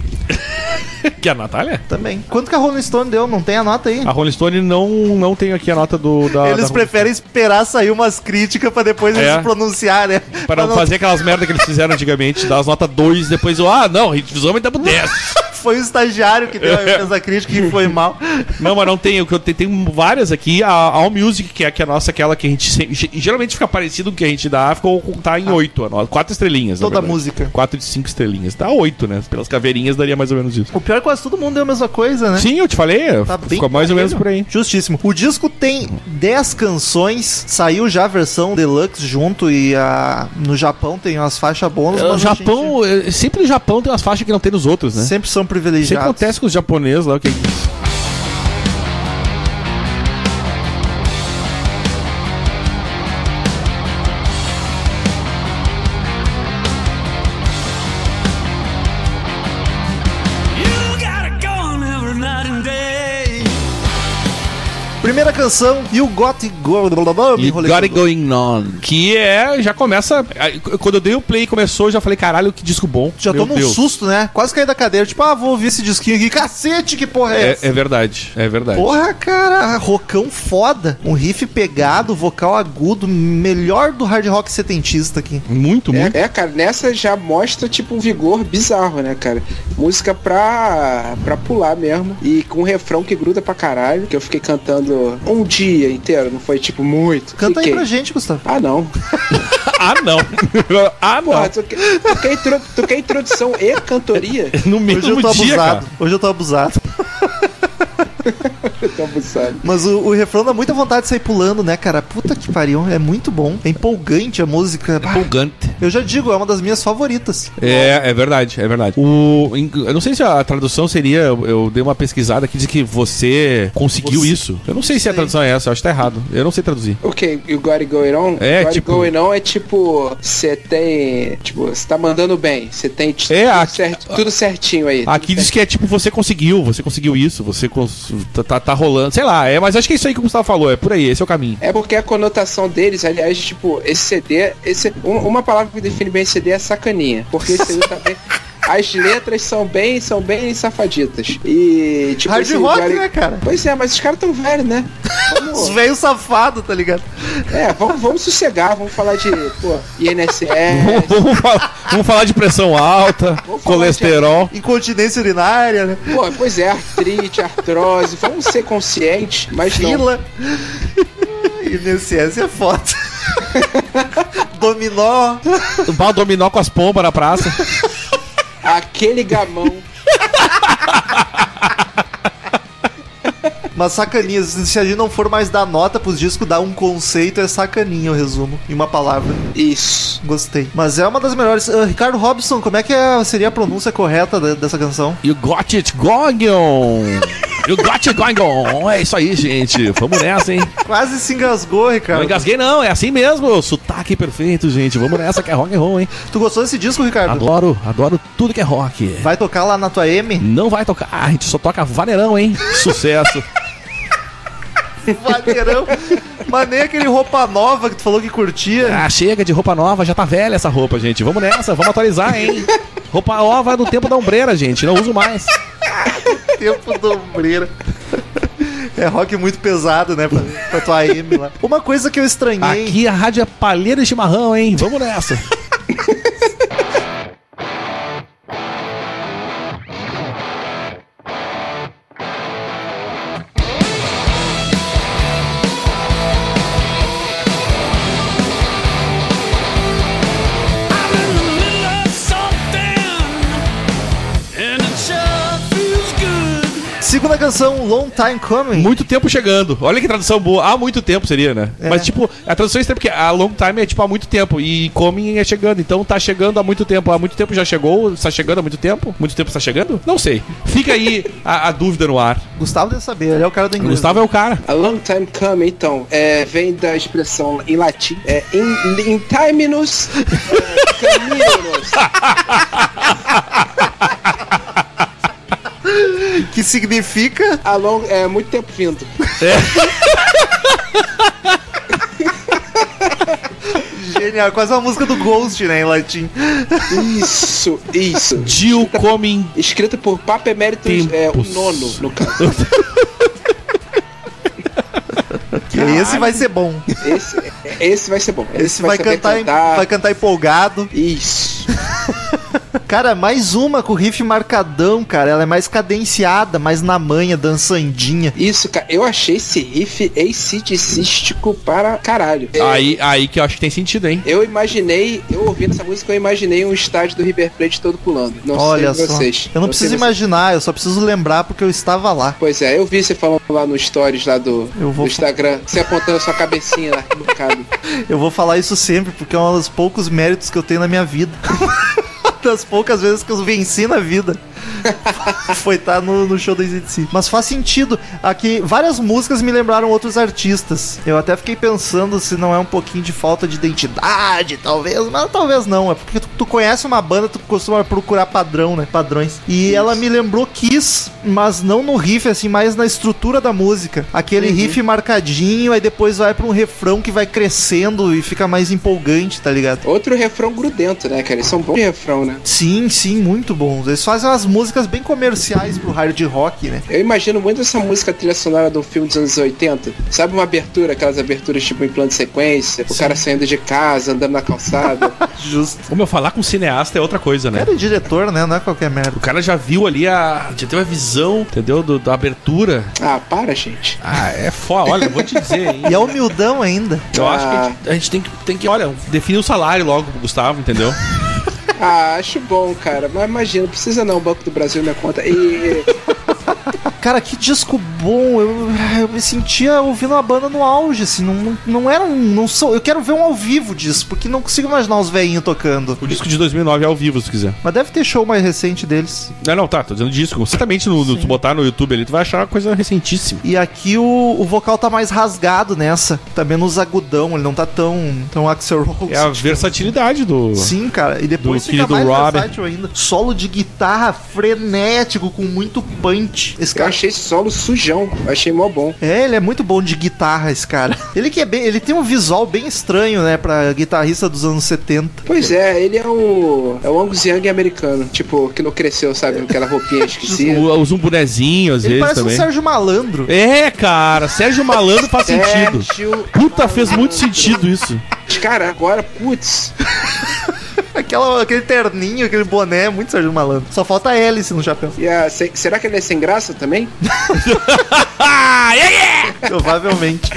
C: Que é a Natália?
B: Também. Quanto que a Rolling Stone deu? Não tem a nota aí.
C: A Rolling Stone não, não tem aqui a nota do. Da, da
B: Eles
C: Rolling
B: preferem esperar sair umas críticas pra depois
C: Ah, É.
B: eles se pronunciar, né?
C: Para não fazer aquelas merda que eles fizeram antigamente, dar as notas 2, depois, eu, ah, não, revisão e dá 10.
B: Foi o estagiário que deu essa crítica e foi mal.
C: Não, mas não tem, o que eu tenho, tem várias aqui, a All Music, que é, que é a nossa, aquela que a gente sempre- ge- geralmente fica parecido com o que a gente dá, ficou com- tá em 8, a nota, 4 estrelinhas, na
B: Ah. Toda
C: verdade.
B: música.
C: 4 de 5 estrelinhas, dá 8, né? Pelas caveirinhas daria mais ou menos isso.
B: O pior é que quase todo mundo deu a mesma coisa, né?
C: Sim, eu te falei,
B: Tá bem
C: ficou mais ou menos por aí.
B: Justíssimo. O disco tem 10 canções, saiu já a versão deluxe junto e a... no Japão tem umas faixas bônus.
C: O
B: mas a gente
C: Japão, é, sempre no Japão tem umas faixas que não tem nos outros, né?
B: Sempre são
C: Isso
B: privilegiados.
C: acontece com os japoneses lá, o que é isso?
F: You gotta go on every night and day.
B: Primeira canção, You Got It Go... blá, blá, blá, me
C: You
B: enrolei
C: got it
B: todo.
C: going on. Que é, já começa. aí, Quando eu dei o play e começou, eu já falei, caralho, que disco bom.
B: Já
C: Meu
B: toma um
C: Deus.
B: susto, né? Quase caí da cadeira. Tipo, ah, vou ouvir esse disquinho aqui. Cacete, que porra é,
C: É,
B: essa?
C: é verdade, é verdade.
B: Porra, cara, rocão foda. Um riff pegado, vocal agudo, melhor do hard rock setentista aqui.
C: Muito, muito.
A: É, é, cara, nessa já mostra tipo um vigor bizarro, né, cara? Música pra, pra pular mesmo. E com um refrão que gruda pra caralho, que eu fiquei cantando um dia inteiro, não foi tipo muito.
B: Canta aí
A: Fiquei.
B: pra gente, Gustavo.
A: Ah, não.
C: Ah, não. ah, não.
A: Porra, toquei, toquei, tru- toquei é introdução e cantoria.
C: No
B: Hoje eu tô
C: mesmo um dia,
B: abusado.
C: cara.
B: Hoje eu tô abusado.
A: Eu tô abusado.
B: Mas o, o refrão dá muita vontade de sair pulando, né, cara? Puta que pariu, é muito bom. É empolgante a música. Ah,
C: É Empolgante.
B: Eu já digo, é uma das minhas favoritas.
C: É, é verdade, é verdade. O, em- eu não sei se a tradução seria. Eu eu dei uma pesquisada que diz que você conseguiu
B: Você-
C: isso. Eu não sei se a
B: Sei.
C: tradução é essa, eu acho que tá errado. Eu não sei traduzir.
A: O que? E o Got It Going On?
C: É,
A: Got It
C: tipo-
A: Going On é tipo, você tem. Tipo, você tá mandando bem. Você tem t-
C: É,
A: tudo,
C: a-
A: certi- tudo certinho aí.
C: Aqui
B: tá
A: tudo
C: diz que é tipo, você conseguiu, você conseguiu isso, você cons- tá, tá- tá rolando. Sei lá, é, mas acho que é isso aí que o Gustavo falou, é por aí, esse é o caminho.
A: É porque a conotação deles, aliás, tipo, esse CD, esse, um- uma palavra que define bem esse CD é sacaninha. Porque esse CD também. As letras são bem, são bem safaditas. E tipo.
B: Hard
A: esse
B: rock,
A: Got It-
B: né, cara?
A: Pois é, mas os caras tão velhos, né?
B: Os
A: Vamos,
B: velhos safados, tá ligado?
A: é, vamos, vamos sossegar, vamos falar de, pô, INSS.
C: Vamos, vamos falar, vamos falar de pressão alta,
A: Vamos falar
C: colesterol.
B: Incontinência urinária, né?
A: Pô, pois é, artrite, artrose, vamos ser conscientes, mas não.
B: Fila. INSS é foda. Dominó.
C: Bal dominó com as pombas na praça.
A: Aquele gamão.
B: Mas sacaninha, se se a gente não for mais dar nota pros discos, dar um conceito é sacaninha, eu resumo. Em uma palavra.
A: Isso.
B: Gostei. Mas é uma das melhores. Ah, Ricardo Robson, como é que é- seria a pronúncia correta de- dessa canção?
C: You got it going on. You got it going on. É isso aí, gente. Vamos nessa, hein?
B: Quase se engasgou,
C: Não
B: Ricardo.
C: engasguei, não. É assim mesmo. Sotaque perfeito, gente. Vamos nessa que é rock and roll, hein?
B: Tu gostou desse disco, Ricardo?
C: Adoro, adoro tudo que é rock.
B: Vai tocar lá na tua M?
C: Não vai tocar. Ah, a gente só toca vaneirão, hein? Sucesso.
B: Vaneirão. Mas nem aquele roupa nova que tu falou que curtia.
C: Ah, chega de roupa nova. Já tá velha essa roupa, gente. Vamos nessa. Vamos atualizar, hein? Roupa nova do tempo da ombreira, gente. Não uso mais.
B: Tempo do ombreira. É rock muito pesado, né? Pra, pra tua M lá. Uma coisa que eu estranhei.
C: Aqui a rádio é palheira e chimarrão, hein? Vamos nessa.
B: Segunda canção, Long Time Coming.
C: Muito tempo chegando. Olha que tradução boa. Há muito tempo seria, né?
B: É.
C: Mas, tipo, a tradução é estranha porque a long time é, tipo, há muito tempo. E coming é chegando. Então tá chegando há muito tempo. Há muito tempo já chegou. Está chegando há muito tempo? Muito tempo está chegando? Não sei. Fica aí a, a dúvida no ar.
B: Gustavo deve saber, ele é o cara do
C: O
B: inglês.
C: Gustavo é o cara.
A: A long time coming, então, é, vem da expressão em latim, é in, in timinus é, caminus.
B: Que significa.
A: A long, é muito tempo vindo.
B: Genial, quase uma música do Ghost, né? Em latim.
A: Isso, isso.
C: Jill coming.
A: Escrita por Papa Emeritus, é, o
C: Tempos.
A: nono, no caso.
B: Esse vai ser bom.
A: Esse, esse vai ser bom. Esse,
B: Esse
A: vai,
B: vai,
A: saber
B: cantar, em-
A: cantar.
B: vai cantar empolgado.
A: Isso.
B: Cara, mais uma com riff marcadão, cara. Ela é mais cadenciada, mais na manha, dançandinha.
A: Isso, cara. Eu achei esse riff acidicístico para caralho. É,
C: Aí, aí que eu acho que tem sentido, hein?
A: Eu imaginei, eu ouvindo essa música, eu imaginei um estádio do River Plate todo pulando. Não
B: Olha
A: sei
B: só.
A: vocês.
B: Eu não
A: sei
B: preciso
A: vocês.
B: imaginar, eu só preciso lembrar porque eu estava lá.
A: Pois é, eu vi você falando lá no stories lá do,
B: Eu vou-
A: do Instagram, você apontando a sua cabecinha lá no mercado.
B: Eu vou falar isso sempre porque é um dos poucos méritos que eu tenho na minha vida. das poucas vezes que eu venci na vida. foi estar no, no show do ACDC. Mas faz sentido. Aqui, várias músicas me lembraram outros artistas. Eu até fiquei pensando se não é um pouquinho de falta de identidade, talvez, mas talvez não. É porque tu, tu conhece uma banda, tu costuma procurar padrão, né? Padrões. E ela me lembrou Kiss, mas não no riff, assim, mas na estrutura da música. Aquele riff marcadinho, aí depois vai pra um refrão que vai crescendo e fica mais empolgante, tá ligado?
A: Outro refrão grudento, né, cara? Eles são bons de refrão, né?
B: Sim, sim, muito bons. Eles fazem umas músicas bem comerciais pro hard rock, né?
A: Eu imagino muito essa música trilha sonora do filme dos anos 80. Sabe uma abertura, aquelas aberturas tipo em plano de sequência, o cara saindo de casa, andando na calçada.
B: Justo.
C: Como eu falar com cineasta é outra coisa,
B: O
C: né?
B: cara é diretor, né? Não é qualquer merda.
C: O cara já viu ali a. Já teve a visão, entendeu? Do- da abertura.
A: ah, para, gente.
C: Ah, é foda. Olha, eu vou te dizer, hein?
B: E é humildão ainda.
C: Eu acho que a gente, a gente tem, que, tem que, olha, definir o salário logo pro Gustavo, entendeu?
A: Ah, acho bom, cara. Mas imagina, precisa não, o Banco do Brasil na conta. E
B: Ah, Cara, que disco bom. Eu, ah, eu me sentia ouvindo a banda no auge, assim. Não, não era um. Não sou, eu quero ver um ao vivo disso, porque não consigo imaginar os velhinhos tocando.
C: O disco de 2009 é ao vivo, se quiser.
B: Mas deve ter show mais recente deles.
C: Não, não, tá, tô dizendo disco. Certamente, no, no- tu botar no YouTube ali, tu vai achar uma coisa recentíssima.
B: E aqui o, o vocal tá mais rasgado nessa. Tá menos agudão, ele não tá tão, tão Axel Rose. tipo.
C: É a versatilidade do.
B: Sim, cara. E depois
C: Do
B: fica
C: querido
B: mais
C: Rob.
B: versátil ainda. Solo de guitarra frenético, com muito punch. Esse
A: eu
B: cara
A: achei esse solo sujão. Achei mó bom.
B: É, ele é muito bom de guitarra, esse cara. Ele que é bem, ele tem um visual bem estranho, né, pra guitarrista dos anos 70.
A: Pois é, ele é o. É o Angus Young americano. Tipo, que não cresceu, sabe? Com Aquela roupinha esquisita.
C: U- Usa um bonezinho às
B: Ele
C: vezes
B: parece
C: também.
B: um Sérgio Malandro. É.
C: É, cara, Sérgio Malandro faz sentido.
A: Sérgio
C: Puta, fez muito sentido isso.
A: Cara, agora, putz.
B: Aquela, aquele terninho, aquele boné, é muito Sérgio Malandro. Só falta a hélice no chapéu.
A: E a- se- será que ele é sem graça também?
C: Ah, yeah, yeah!
B: Provavelmente.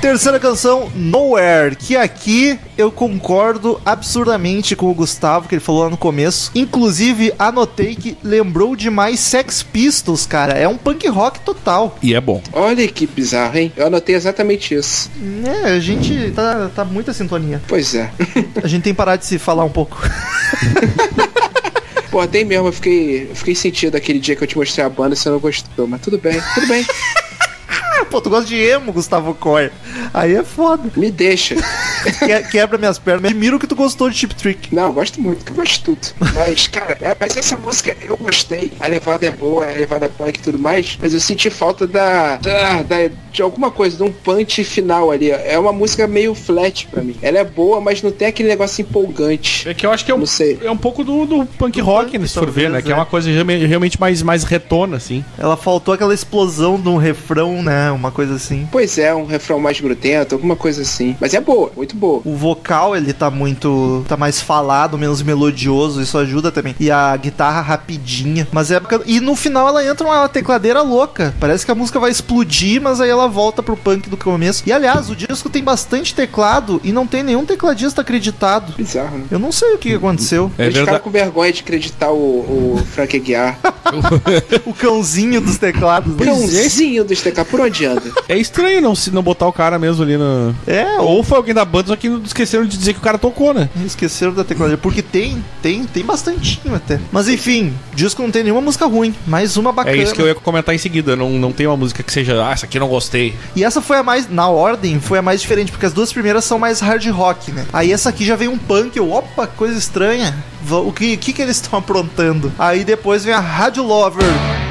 B: Terceira canção, Nowhere, que aqui eu concordo absurdamente com o Gustavo, que ele falou lá no começo. Inclusive, anotei que lembrou demais Sex Pistols, cara. É um punk rock total.
C: E é bom.
A: Olha que bizarro, hein? Eu anotei exatamente isso.
B: É, a gente tá, tá muita sintonia.
A: Pois é.
B: A gente tem que parar de se falar um pouco.
A: Pô, tem mesmo, eu fiquei, eu fiquei sentido aquele dia que eu te mostrei a banda e você não gostou, mas tudo bem, tudo bem.
B: Ah, pô, tu gosta de emo, Gustavo Coy. Aí é foda.
A: Me deixa.
B: Que- é, Quebra minhas pernas. Admiro que tu gostou de Chip Trick.
A: Não, eu gosto muito, eu gosto de tudo. Mas, cara, é- mas essa música eu gostei. A levada é boa, a levada é punk e tudo mais. Mas eu senti falta da, da, da- de alguma coisa, de um punch final ali. ó. É uma música meio flat pra mim. Ela é boa, mas não tem aquele negócio empolgante.
C: É que eu acho que é um,
A: Não sei.
C: é um pouco do, do punk
B: Do
C: rock,
B: punk,
C: né, se for
B: talvez,
C: ver, né? Que
B: é.
C: é uma coisa realme- realmente mais, mais retona, assim.
B: Ela faltou aquela explosão de um refrão, né? Uma coisa assim.
A: Pois é, um refrão mais grudento, alguma coisa assim. Mas é boa, muito boa.
B: O vocal, ele tá muito. tá mais falado, menos melodioso, isso ajuda também. E a guitarra rapidinha. Mas é bacana. E no final ela entra uma tecladeira louca. Parece que a música vai explodir, mas aí ela volta pro punk do começo. E aliás, o disco tem bastante teclado e não tem nenhum tecladista acreditado.
A: Bizarro, né?
B: Eu não sei o que que aconteceu.
C: É
A: Eles ficaram
C: verdade.
A: com vergonha de acreditar o, o Frank Aguiar.
B: O cãozinho dos teclados. né?
A: é, Cãozinho dos TK, por onde anda?
C: É estranho não, se não botar o cara mesmo ali na.
B: É, ou
C: Ou foi alguém da banda, só que esqueceram de dizer que o cara tocou, né?
B: Esqueceram da tecladeira, porque tem, tem, tem bastantinho até. Mas enfim, disco não tem nenhuma música ruim, mais uma bacana.
C: É isso que eu ia comentar em seguida. Não, não tem uma música que seja, ah, essa aqui eu não gostei.
B: E essa foi a mais, na ordem, foi a mais diferente, porque as duas primeiras são mais hard rock, né? Aí essa aqui já vem um punk, eu, opa, coisa estranha. Va- O que, que, que eles estão aprontando? Aí depois vem a Radio Lover.
G: Oh,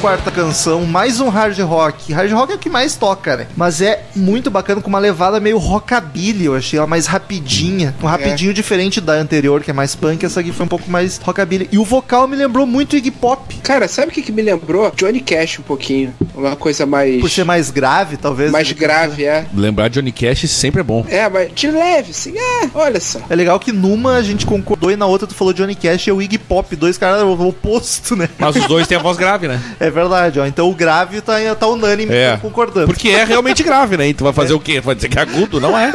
B: quarta canção, mais um hard rock. Hard rock é o que mais toca, né? Mas é muito bacana, com uma levada meio rockabilly, eu achei. Ela mais rapidinha. Um rapidinho diferente da anterior, que é mais punk. Essa aqui foi um pouco mais rockabilly. E o vocal me lembrou muito Iggy Pop.
A: Cara, sabe o que, que me lembrou? Johnny Cash um pouquinho. Uma coisa mais.
B: Por ser mais grave, talvez.
A: mais grave, é.
C: Lembrar Johnny Cash sempre é bom.
A: É, mas de leve, assim. É, olha só.
B: É legal que numa a gente concordou e na outra tu falou Johnny Cash e o Iggy Pop. Dois caras oposto, né?
C: Mas os dois têm a voz grave, né?
B: É verdade, ó. Então o grave tá, tá unânime
C: É.
B: concordando.
C: Porque é realmente grave, né? E tu vai fazer o quê? Vai dizer que é agudo? Não é.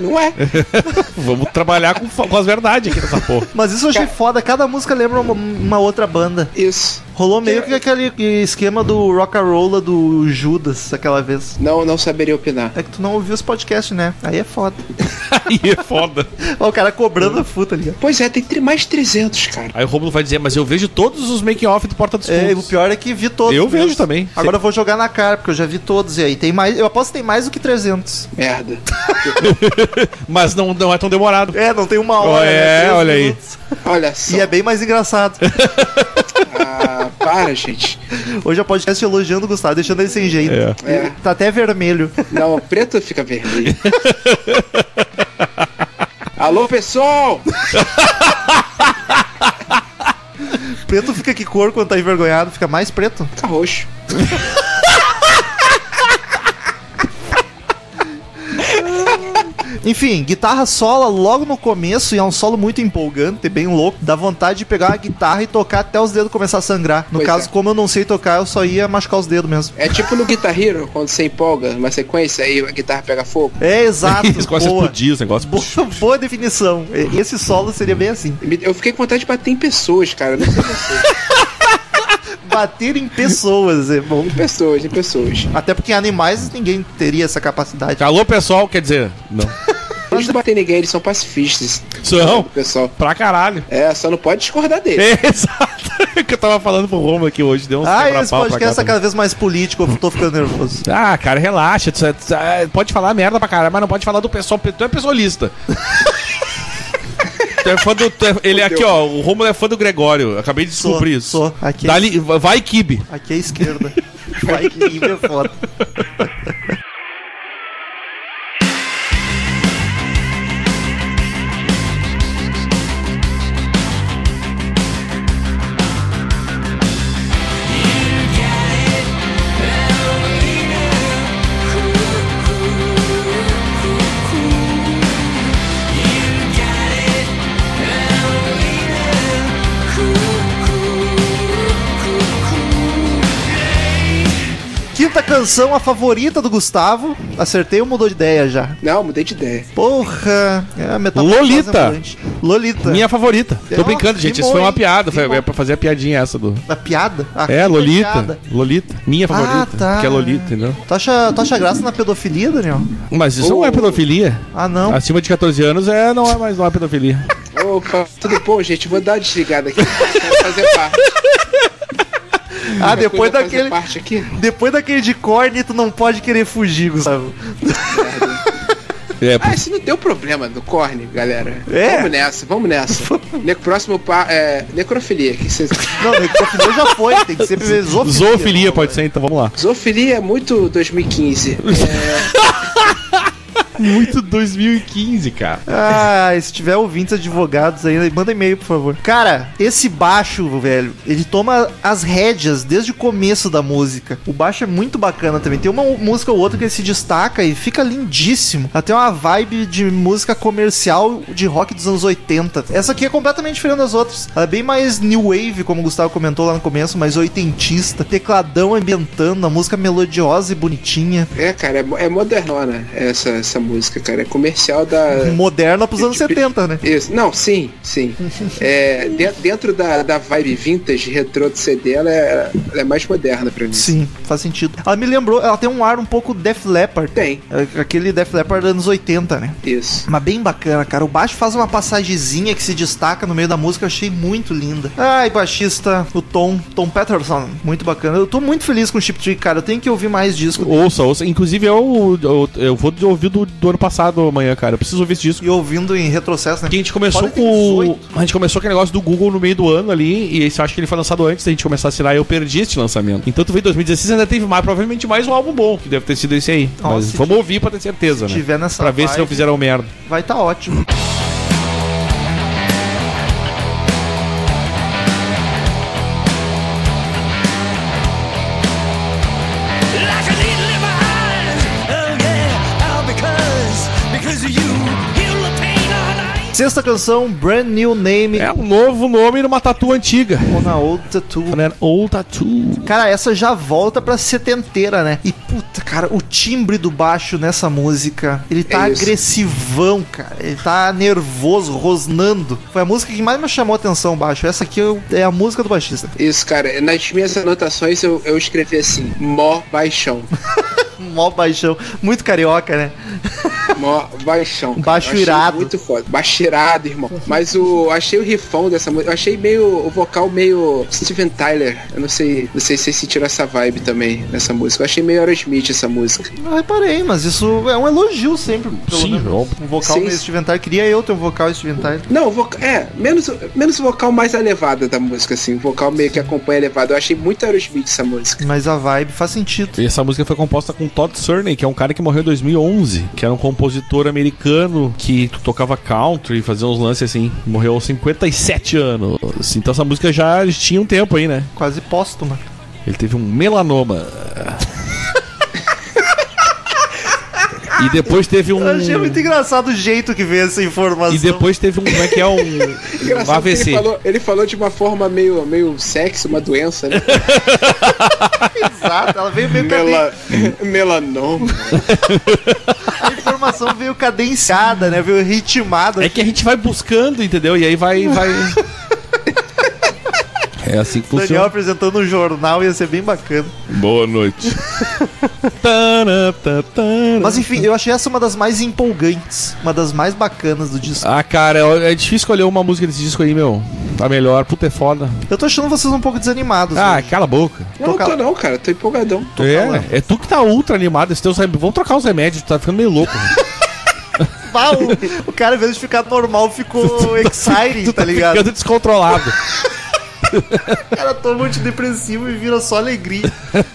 A: Não é?
C: Vamos trabalhar com, fa- com as verdades aqui nessa porra.
B: Mas isso eu achei foda, cada música lembra uma, uma outra banda.
A: Isso.
B: Rolou meio que aquele esquema do rock and roll do Judas aquela vez.
A: Não, não saberia opinar.
B: É que tu não ouviu os podcasts, né? Aí é foda.
C: Aí é foda.
B: Ó, o cara cobrando a tá futa ali. ó.
A: Pois é, tem tri- mais 300, cara.
C: Aí o Romulo vai dizer, mas eu vejo todos os make-off do Porta dos
B: É, e o
C: Fundos.
B: pior é que vi todos.
C: Eu vejo também.
B: Agora eu vou jogar na cara, porque eu já vi todos. E aí tem mais. Eu aposto que tem mais do que 300.
A: Merda.
C: Mas não, não é tão demorado.
B: É, não tem uma hora.
C: hora, né? Três
B: aí.
A: Olha só.
B: E é bem mais engraçado.
A: Ah, para, gente.
B: Hoje é podcast elogiando o Gustavo, deixando ele sem jeito.
C: É.
A: É.
B: Tá até vermelho.
A: Não, o preto fica vermelho. Alô, pessoal!
B: Preto fica que cor quando tá envergonhado? Fica mais preto?
A: Fica Tá roxo.
B: Enfim, guitarra sola logo no começo e é um solo muito empolgante, bem louco. Dá vontade de pegar a guitarra e tocar até os dedos começar a sangrar. No
A: Pois
B: caso,
A: é.
B: como eu não sei tocar, eu só ia machucar os dedos mesmo.
A: É tipo no Guitar Hero, quando você empolga uma sequência aí a guitarra pega fogo.
B: É exato.
C: Esse negócio
B: boa.
C: explodir, esse negócio. é
B: Boa, boa definição. E- Esse solo seria bem assim.
A: Me- Eu fiquei com vontade de bater em pessoas, cara. Não sei você.
B: Bater em pessoas é bom.
A: Em pessoas, em pessoas.
B: Até porque em animais ninguém teria essa capacidade.
C: Alô, pessoal, quer dizer, não.
A: Eles não batem ninguém, eles são pacifistas.
C: São
A: Pessoal.
C: pra caralho.
A: É, só não pode discordar dele.
C: É, exato. É que eu tava falando pro Romulo aqui hoje, deu um
B: Ah, esse
C: quebra-pau pra cá
B: podcast é
C: também.
B: cada vez mais político, eu tô ficando nervoso.
C: Ah, cara, relaxa. tu- tu- ah, pode falar merda pra caralho, mas não pode falar do pessoal. porque Tu é pessoalista. tu é fã do. tu é- ele é aqui, ó. O Romulo é fã do Gregório. eu Acabei de
B: Sou,
C: descobrir isso.
B: sou. Aqui é-
C: Dali, vai, Kibe.
B: Aqui é a esquerda. Vai que livre é foda. Quinta canção, a favorita do Gustavo. Acertei ou mudou de ideia já?
A: Não, mudei de ideia.
B: Porra! É a metáfora
C: Lolita.
B: quase ambulante. Lolita.
C: Minha favorita. Tô
B: Nossa,
C: brincando,
B: Tá. que
C: gente.
B: bom,
C: Isso foi uma
B: hein?
C: piada.
B: Que
C: Foi
B: bom.
C: é pra fazer a piadinha essa do.
B: A piada? A
C: É,
B: quinta
C: Lolita.
B: piada.
C: Lolita. Minha favorita.
B: tá.
C: Que é Lolita, entendeu?
B: Tu acha, tu acha graça na pedofilia, Daniel?
C: Mas isso não
A: Oh.
C: é pedofilia.
B: Ah, não.
C: Acima de 14 anos é, não é mais não é pedofilia.
A: Opa, tudo bom, gente? Vou dar uma desligada aqui. Quero fazer parte.
B: Ah, depois
A: Vou fazer
B: daquele,
A: parte aqui.
B: depois daquele de corne, tu não pode querer fugir, Gustavo.
C: É,
A: Ah, esse não deu problema do corne, galera.
B: É?
A: Vamos nessa, vamos nessa. Ne próximo pa é, necrofilia. Que vocês...
B: Não, necrofilia já foi, tem que ser zoofilia.
C: Zoofilia pode ser, então vamos lá.
A: Zoofilia é muito 2015.
C: Muito 2015, cara.
B: Ah, e se tiver ouvintes advogados aí, manda e-mail, por favor. Cara, esse baixo, velho, ele toma as rédeas desde o começo da música. O baixo é muito bacana também. Tem uma música ou outra que ele se destaca e fica lindíssimo. Ela tem uma vibe de música comercial de rock dos anos 80. Essa aqui é completamente diferente das outras. Ela é bem mais new wave, como o Gustavo comentou lá no começo, mais oitentista, tecladão ambientando, a música melodiosa e bonitinha.
A: É, cara, é, mo- é modernona essa, essa música, cara. É comercial
B: Uhum.
A: da.
B: Moderna pros anos
A: Tipo,
B: 70, né?
A: Isso. Não, sim, sim. É, de- dentro da, da vibe vintage, retrô do CD, ela é, ela é mais moderna pra mim.
B: Sim, faz sentido. Ela me lembrou, ela tem um ar um pouco Def Leppard.
A: Tem,
B: É Aquele Def Leppard anos 80, né?
A: isso.
B: Mas bem bacana, cara. O baixo faz uma passagezinha que se destaca no meio da música, eu achei muito linda. Ai, baixista, o Tom, Tom Patterson, muito bacana. Eu tô muito feliz com o Chip Trick, cara. Eu tenho que ouvir mais disco.
C: Ouça, ouça. Inclusive, eu, eu, eu vou ouvir do, do ano passado amanhã, cara. Eu preciso ouvir esse disco.
B: E ouvindo em retrocesso, né?
C: Porque a gente começou
B: Pode ter
C: com.
B: 18.
C: A gente começou com o negócio do Google no meio do ano ali, e esse eu acho que ele foi lançado antes da gente começar a assinar, e eu perdi este lançamento. Então tu veio em 2016 ainda teve mais, provavelmente mais um álbum bom, que deve ter sido esse aí.
B: Nossa,
C: Mas
B: se
C: vamos ouvir pra ter certeza,
B: se
C: né?
B: tiver nessa
C: pra ver se não
B: vibe-
C: fizeram merda.
B: Vai tá ótimo.
G: Like a needle in my eyes. Oh yeah, all because because of you. Heal the pain all night.
B: Sexta canção, Brand New Name
C: É um novo nome numa tatu antiga.
B: on a Old Tattoo.
C: Né? Old Tattoo.
B: Cara, essa já volta pra setenteira, né? E puta, cara, o timbre do baixo nessa música, ele tá
A: É isso.
B: agressivão, cara. Ele tá nervoso, rosnando. Foi a música que mais me chamou a atenção, o baixo. Essa aqui eu- é a música do baixista.
A: Isso, cara. Nas minhas anotações eu, eu escrevi assim, mó baixão.
B: Mó baixão. Muito carioca, né?
A: Mó baixão. cara.
B: Baixo
A: Eu achei
B: irado.
A: Muito foda. Baixo irado, irmão. Mas o. Achei o rifão dessa música. Eu achei meio. O vocal meio. Steven Tyler. Eu não sei. Não sei se vocês sentiram essa vibe também nessa música. Eu achei meio Aerosmith essa música.
B: Eu reparei, mas isso é um elogio sempre. Pelo
C: Sim,
B: menos.
C: óbvio.
B: Um vocal
A: Sim.
B: meio Steven Tyler. Queria eu ter um vocal Steven Tyler.
A: Não, o vocal. É, menos, menos o vocal mais elevada da música, assim. O vocal meio que acompanha elevado. Eu achei muito Aerosmith essa música.
B: Mas a vibe faz sentido.
C: E essa música foi composta com Todd Surney, que é um cara que morreu em 2011, que era um compositor americano que tocava country, fazia uns lances assim. Morreu aos 57 anos. Então essa música já tinha um tempo aí, né?
B: Quase póstuma.
C: Ele teve um melanoma. e depois teve
A: Hum.
C: um.
B: Eu achei muito engraçado o jeito que veio essa informação.
C: E depois teve um. Como é que é? Um, um
A: Engraçado que
C: AVC.
A: ele falou, ele falou de uma forma meio, meio sexy, uma doença, né?
B: Exato, ela veio meio
A: Mela... Melanoma.
B: A informação veio cadenciada, né? Veio
A: assim.
B: ritmada.
C: É que a gente vai buscando, entendeu? E aí vai. vai... É assim que
B: o Daniel
C: funciona.
B: apresentando um jornal ia ser bem bacana.
C: Boa noite.
B: Mas enfim, eu achei essa uma das mais empolgantes, uma das mais bacanas do disco.
C: Ah, cara, é difícil escolher uma música desse disco aí, meu. A melhor, puta é foda.
B: Eu tô achando vocês um pouco desanimados.
C: Ah,
B: hoje.
C: cala a boca.
A: Não,
B: Tô cal-
A: tô não, cara. Tô empolgadão.
C: É, é tu que tá ultra animado. Esse teus... rem- Vamos trocar os remédios, tu tá ficando meio louco.
B: Pá, o, o cara, em vez de ficar normal, ficou exciting, tá ligado?
C: Ficando descontrolado.
B: O cara toma um antidepressivo e vira só alegria.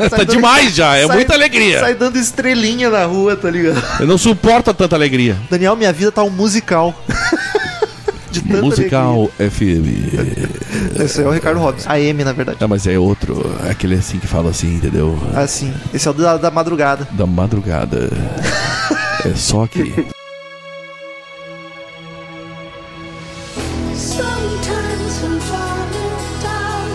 B: Sai
C: Tá demais já, é muita alegria.
B: Sai dando estrelinha na rua, tá ligado?
C: Eu não suporto tanta alegria.
B: Daniel, minha vida tá um musical. De tanta
C: Musical FM.
B: alegria. Esse é o Ricardo Robson. A M, na verdade.
C: Ah, mas é outro. É Aquele assim que fala assim, entendeu?
B: Assim, esse é o da, da madrugada.
C: Da madrugada. É só que.
F: Sometimes I'm falling down.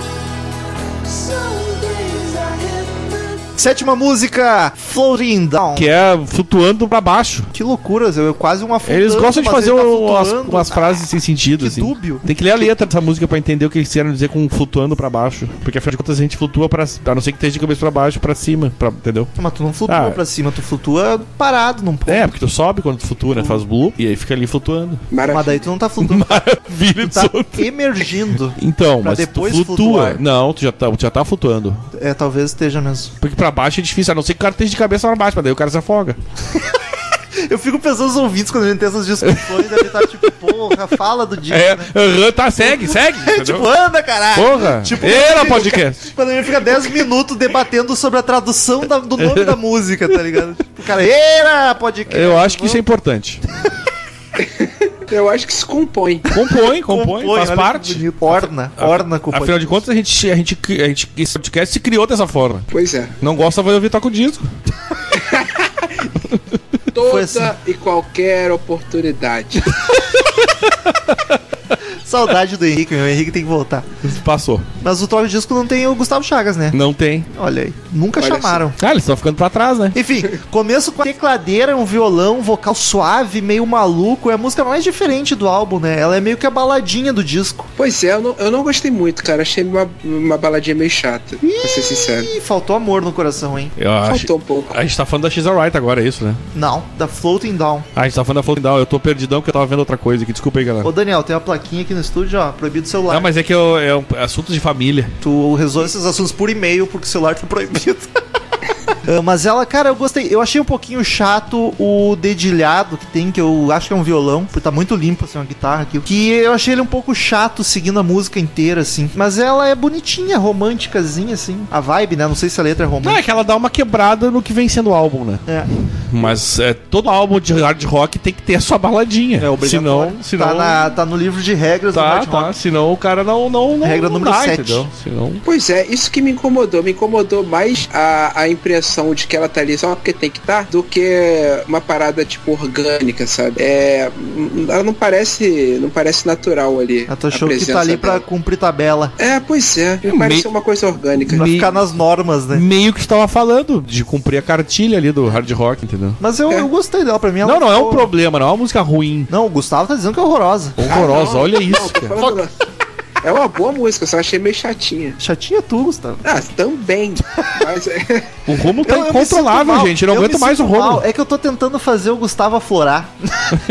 F: Some days I hit the
B: Sétima música, Floating Down.
C: Que é flutuando pra baixo.
B: Que loucuras, eu, eu quase uma afundando,
C: Eles gostam de
B: mas
C: fazer
B: ele tá
C: o- umas,
B: flutuando. Ah,
C: umas frases sem sentido,
B: que
C: assim.
B: dúbio.
C: Tem que ler a letra dessa música pra entender o que eles querem dizer com flutuando pra baixo. Porque afinal de contas a gente flutua pra. A não ser que esteja de cabeça pra baixo, pra cima. pra- entendeu?
B: Ah, Mas tu não flutua
C: Ah.
B: pra cima, tu flutua parado num ponto.
C: É, porque tu sobe quando tu flutua, né? Faz blue e aí fica ali flutuando.
B: Mas
A: Maravilha.
B: daí tu não tá flutuando,
C: Vira
B: tu tá emergindo.
C: Então,
B: Pra
C: mas
B: depois
C: tu flutua.
B: flutuar.
C: Não, tu já, tá, tu já tá flutuando.
B: É, talvez esteja mesmo.
C: Porque pra baixo é difícil, a não ser que o cara esteja de cabeça pra baixo, mas daí o cara se afoga.
B: Eu fico pensando nos ouvintes quando a gente tem essas discussões, deve estar tipo, porra, fala do disco,
C: É,
B: né?
C: aham, tá, segue, segue.
B: É, tipo, anda, caralho!
C: Porra! É.
B: Tipo,
C: Era podcast!
B: Quando a gente fica 10 minutos debatendo sobre a tradução da- do nome da música, tá ligado? Tipo, o cara, era podcast!
C: Eu acho que isso é importante.
A: Eu acho que se compõe.
C: Compõe, compõe, faz parte.
B: Orna, orna com o
C: Afinal de contas, a gente, a gente, cri- a gente, esse podcast se criou dessa forma.
A: Pois é.
C: Não gosta, vai ouvir toca o disco.
A: Toda
B: assim.
A: e qualquer oportunidade.
B: Saudade do Henrique, meu. O Henrique tem que voltar.
C: Passou.
B: Mas o Troca de Disco não tem o Gustavo Chagas, né?
C: Não tem.
B: Olha aí. Nunca
A: Olha
B: chamaram.
C: Ah, eles estão ficando pra trás, né?
B: Enfim, começo com a tecladeira, um violão, um vocal suave, meio maluco. É a música mais diferente do álbum, né? Ela é meio que a baladinha do disco.
A: Pois é, eu não, eu não gostei muito, cara. Achei uma, uma baladinha meio chata, pra ser sincero.
B: Ih, faltou amor no coração, hein?
C: Eu acho.
A: Faltou um pouco.
C: A gente tá falando da She's Alright agora, é isso, né?
B: Não, da Floating Down.
C: Ah, a gente tá falando da Floating Down. Eu tô perdidão porque eu tava vendo outra coisa aqui. Desculpa aí, galera.
B: Ô, Daniel, tem uma plaquinha aqui no estúdio, ó. Proibido celular.
C: Ah, mas é que eu- é um assunto de família.
B: Tu resolve esses assuntos por e-mail, porque o celular tá proibido. Ah, mas ela, cara, eu gostei. Eu achei um pouquinho chato o dedilhado que tem, que eu acho que é um violão, porque tá muito limpo, assim, uma guitarra aqui. Que eu achei ele um pouco chato seguindo a música inteira, assim. Mas ela é bonitinha, românticazinha, assim. A vibe, né? Não sei se a letra é
C: Não,
B: romântica.
C: é que ela dá uma quebrada no que vem sendo o álbum, né?
B: É.
C: Mas é, todo álbum de hard rock tem que ter a sua baladinha.
B: É obrigatório.
C: Senão, senão
B: Tá, na- tá no livro de regras do
C: tá,
B: Hard Rock.
C: tá, senão o cara não não não
B: Regra
C: não
B: número
C: dá,
B: sete.
C: entendeu? Senão
A: Pois é, isso que me incomodou. Me incomodou mais a, a impressão de que ela tá ali só porque tem que estar, do que uma parada tipo orgânica, sabe? É, hum, ela não parece, não parece natural ali.
B: Ela
A: a
B: tá achou que
A: presença
B: tá ali pra
A: dela.
B: cumprir tabela.
A: É, pois é. Não parece uma coisa orgânica.
B: Pra
C: Me-
B: ficar nas normas, né?
C: meio que estava falando de cumprir a cartilha ali do hard rock, entendeu?
B: Mas eu,
A: É.
B: eu gostei dela, pra mim ela
C: Não, não é um
B: ficou-
C: problema, não é uma música ruim,
B: Não, o Gustavo tá dizendo que é horrorosa. Ah,
C: horrorosa,
A: não.
C: olha
A: Não,
C: isso,
A: tô
C: cara.
A: falando- É uma boa música, eu só achei meio chatinha.
B: Chatinha tu, Gustavo.
A: Ah, também. Mas é.
C: O Romulo tá
B: Eu- eu me sinto
C: incontrolável,
B: mal.
C: gente, eu não
B: me
C: aguento mais o
B: sinto mal.
C: Romulo.
B: É que eu tô tentando fazer o Gustavo aflorar.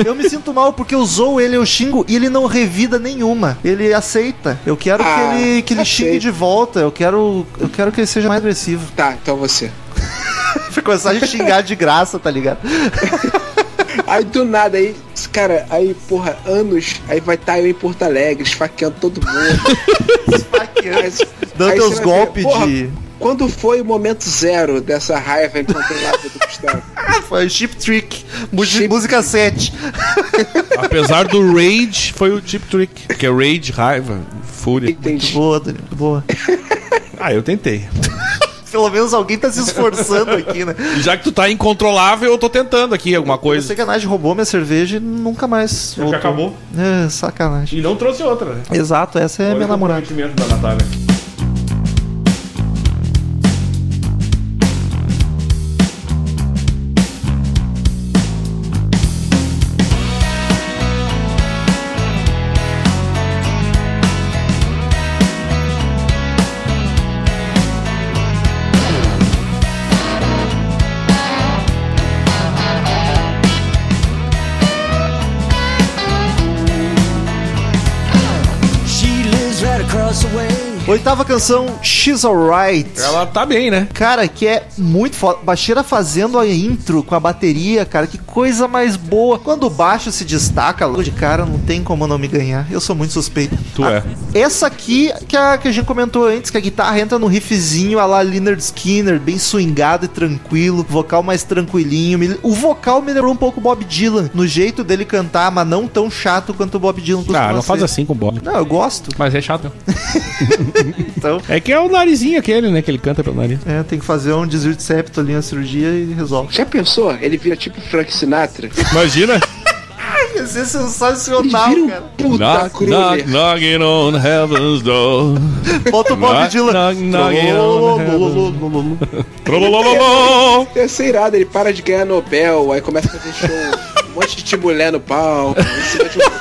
B: eu me sinto mal porque eu zoo ele, eu xingo e ele não revida nenhuma. Ele aceita. Eu quero
A: Ah,
B: que ele, que ele
A: aceita.
B: xingue de volta. Eu quero, eu quero que ele seja mais agressivo.
A: Tá, então você.
B: Começar a xingar de graça, tá ligado?
A: Aí do nada, aí, cara, aí, porra, anos, aí vai tá eu em Porto Alegre, esfaqueando todo mundo. Mas-
B: Dando
A: aí você
B: teus
A: vai ver,
B: golpes
A: porra,
B: de.
A: Quando foi o momento zero dessa raiva incontrolável do Gustavo?
B: Foi Chip Trick. Mu-
A: Chip
B: Música 7.
C: Apesar do rage, foi o tip trick, porque é rage, raiva, fúria.
A: Entendi.
B: Boa, Daniel. Boa.
C: Ah, eu tentei.
B: Pelo menos alguém tá se esforçando aqui, né?
C: E Já que tu tá incontrolável, eu tô tentando aqui alguma
B: Eu sei
C: coisa.
B: que a Nath roubou minha cerveja e nunca mais voltou. É, sacanagem.
C: E não trouxe outra, né?
B: Exato, essa é minha namorada.
C: da Natália.
G: She lives right across the way.
B: Oitava canção, She's Alright.
C: Ela tá bem, né?
B: Cara, que é muito foda. Baixeira fazendo a intro com a bateria, cara, que coisa mais boa. Quando o baixo se destaca logo de cara, não tem como não me ganhar. Eu sou muito suspeito.
C: Tu é.
B: Essa aqui, que a, que a gente comentou antes, que a guitarra entra num riffzinho a lá Leonard Skinner, bem swingado e tranquilo, vocal mais tranquilinho. Me- O vocal me lembrou um pouco o Bob Dylan, no jeito dele cantar, mas não tão chato quanto o Bob Dylan costuma
C: Ah, não faz
B: ser.
C: assim com o Bob.
B: Não, eu gosto.
C: Mas é chato.
B: Então,
C: É que é o narizinho aquele, né? Que ele canta pelo nariz.
B: é, tem que fazer um desvio de septo ali na cirurgia e resolve.
A: Já pensou? Ele vira tipo Frank Sinatra?
C: Imagina.
B: Ia ser
A: Ele
B: sensacional,
A: vira um
B: cara.
A: puta
C: knock, knock,
A: Kruger.
C: knocking on heaven's door.
B: Bota o Bob
C: Knock,
B: Dylan.
C: knock, knocking on heaven's door.
A: Deve ser irado, ele para de ganhar Nobel, aí começa a fazer show, um monte de mulher no pau, em cima de um-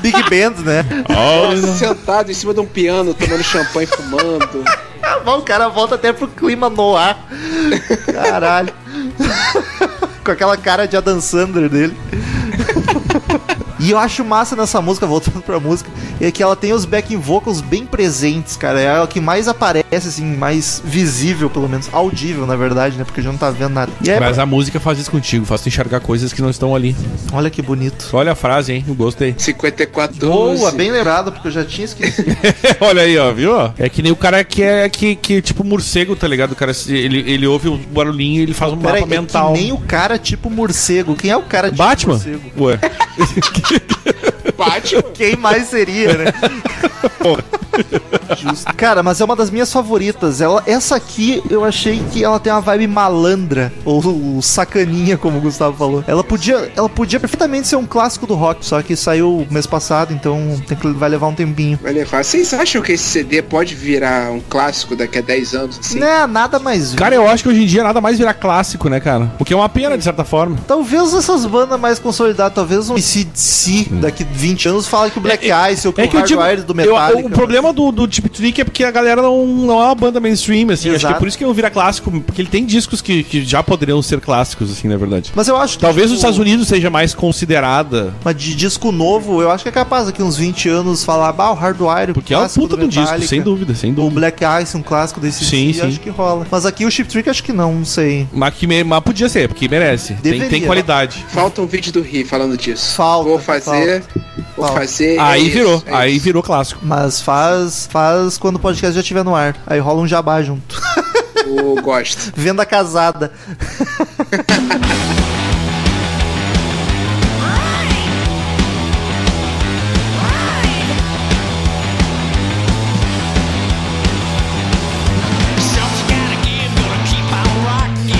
B: Big Band, né?
C: Olha.
A: sentado em cima de um piano, tomando champanhe, fumando.
B: Bom, o cara volta até pro clima no ar. Caralho. Com aquela cara de Adam Sandler dele. E eu acho massa nessa música, voltando pra música, é que ela tem os backing vocals bem presentes, cara. É a que mais aparece, assim, mais visível, pelo menos. Audível, na verdade, né? Porque a gente não tá vendo nada. E é,
C: Mas a música faz isso contigo, faz tu enxergar coisas que não estão ali.
B: olha que bonito.
C: Olha a frase, hein? Eu gostei.
A: 54
B: Boa,
A: 12.
B: bem lembrado, porque eu já tinha esquecido.
C: Olha aí, ó, viu? É que nem o cara que é que, que tipo morcego, tá ligado? O cara se- ele, ele ouve o barulhinho e ele faz um
B: Peraí,
C: mapa
B: é que
C: mental.
B: nem o cara tipo morcego. Quem é o cara tipo
C: Batman?
B: morcego?
C: Ué.
A: Batman.
B: Quem mais seria, né? Justo. Cara, mas é uma das minhas favoritas. Ela, essa aqui eu achei que ela tem uma vibe malandra ou sacaninha, como o Gustavo falou. Ela podia, ela podia perfeitamente ser um clássico do rock, só que saiu mês passado, então tem que- vai levar um tempinho.
A: Vai levar. Vocês acham que esse CD pode virar um clássico daqui a 10 anos, assim?
B: Né, nada mais.
C: Cara, eu acho que hoje em dia nada mais virar clássico, né, cara? O que é uma pena, de certa forma.
B: Talvez essas bandas mais consolidadas, talvez um ICDC daqui 20 20 anos fala que o Black Ice ou que
C: Hum. É
B: o
C: que eu digo,
B: Hardwired do
C: eu-
B: Metallica...
C: o problema do, do Deep Trick é porque a galera não, não é uma banda mainstream, assim. Acho que é
B: Exato.
C: por isso que não vira clássico, porque ele tem discos que, que já poderiam ser clássicos, assim, na verdade.
B: Mas eu acho que,
C: Talvez
B: tipo,
C: os Estados Unidos seja mais considerada.
B: Mas de disco novo, eu acho que é capaz daqui uns 20 anos falar, bah, o Hardwire,
C: Porque é uma
B: clássico
C: puta
B: do
C: de um disco,
B: Metallica,
C: sem dúvida, sem
B: O
C: dúvida.
B: Black Ice, um clássico desse
C: Sim,
B: dia,
C: sim.
B: acho que rola. Mas aqui o Chip Trick acho que não, não sei.
C: Mas, que me- mas podia ser, porque merece. Tem,
B: Deveria,
C: tem
B: né?
C: qualidade.
A: Falta um vídeo do Ri falando disso.
B: Falta,
A: Vou fazer. Vou
B: Falta.
A: fazer. é
C: Aí
A: isso,
C: virou,
A: é
C: aí
A: isso.
C: virou clássico.
B: Mas faz faz quando o podcast já estiver no ar. Aí rola um jabá junto.
A: Eu gosto.
B: Venda casada.
G: Something's gotta give, gonna keep on rocking.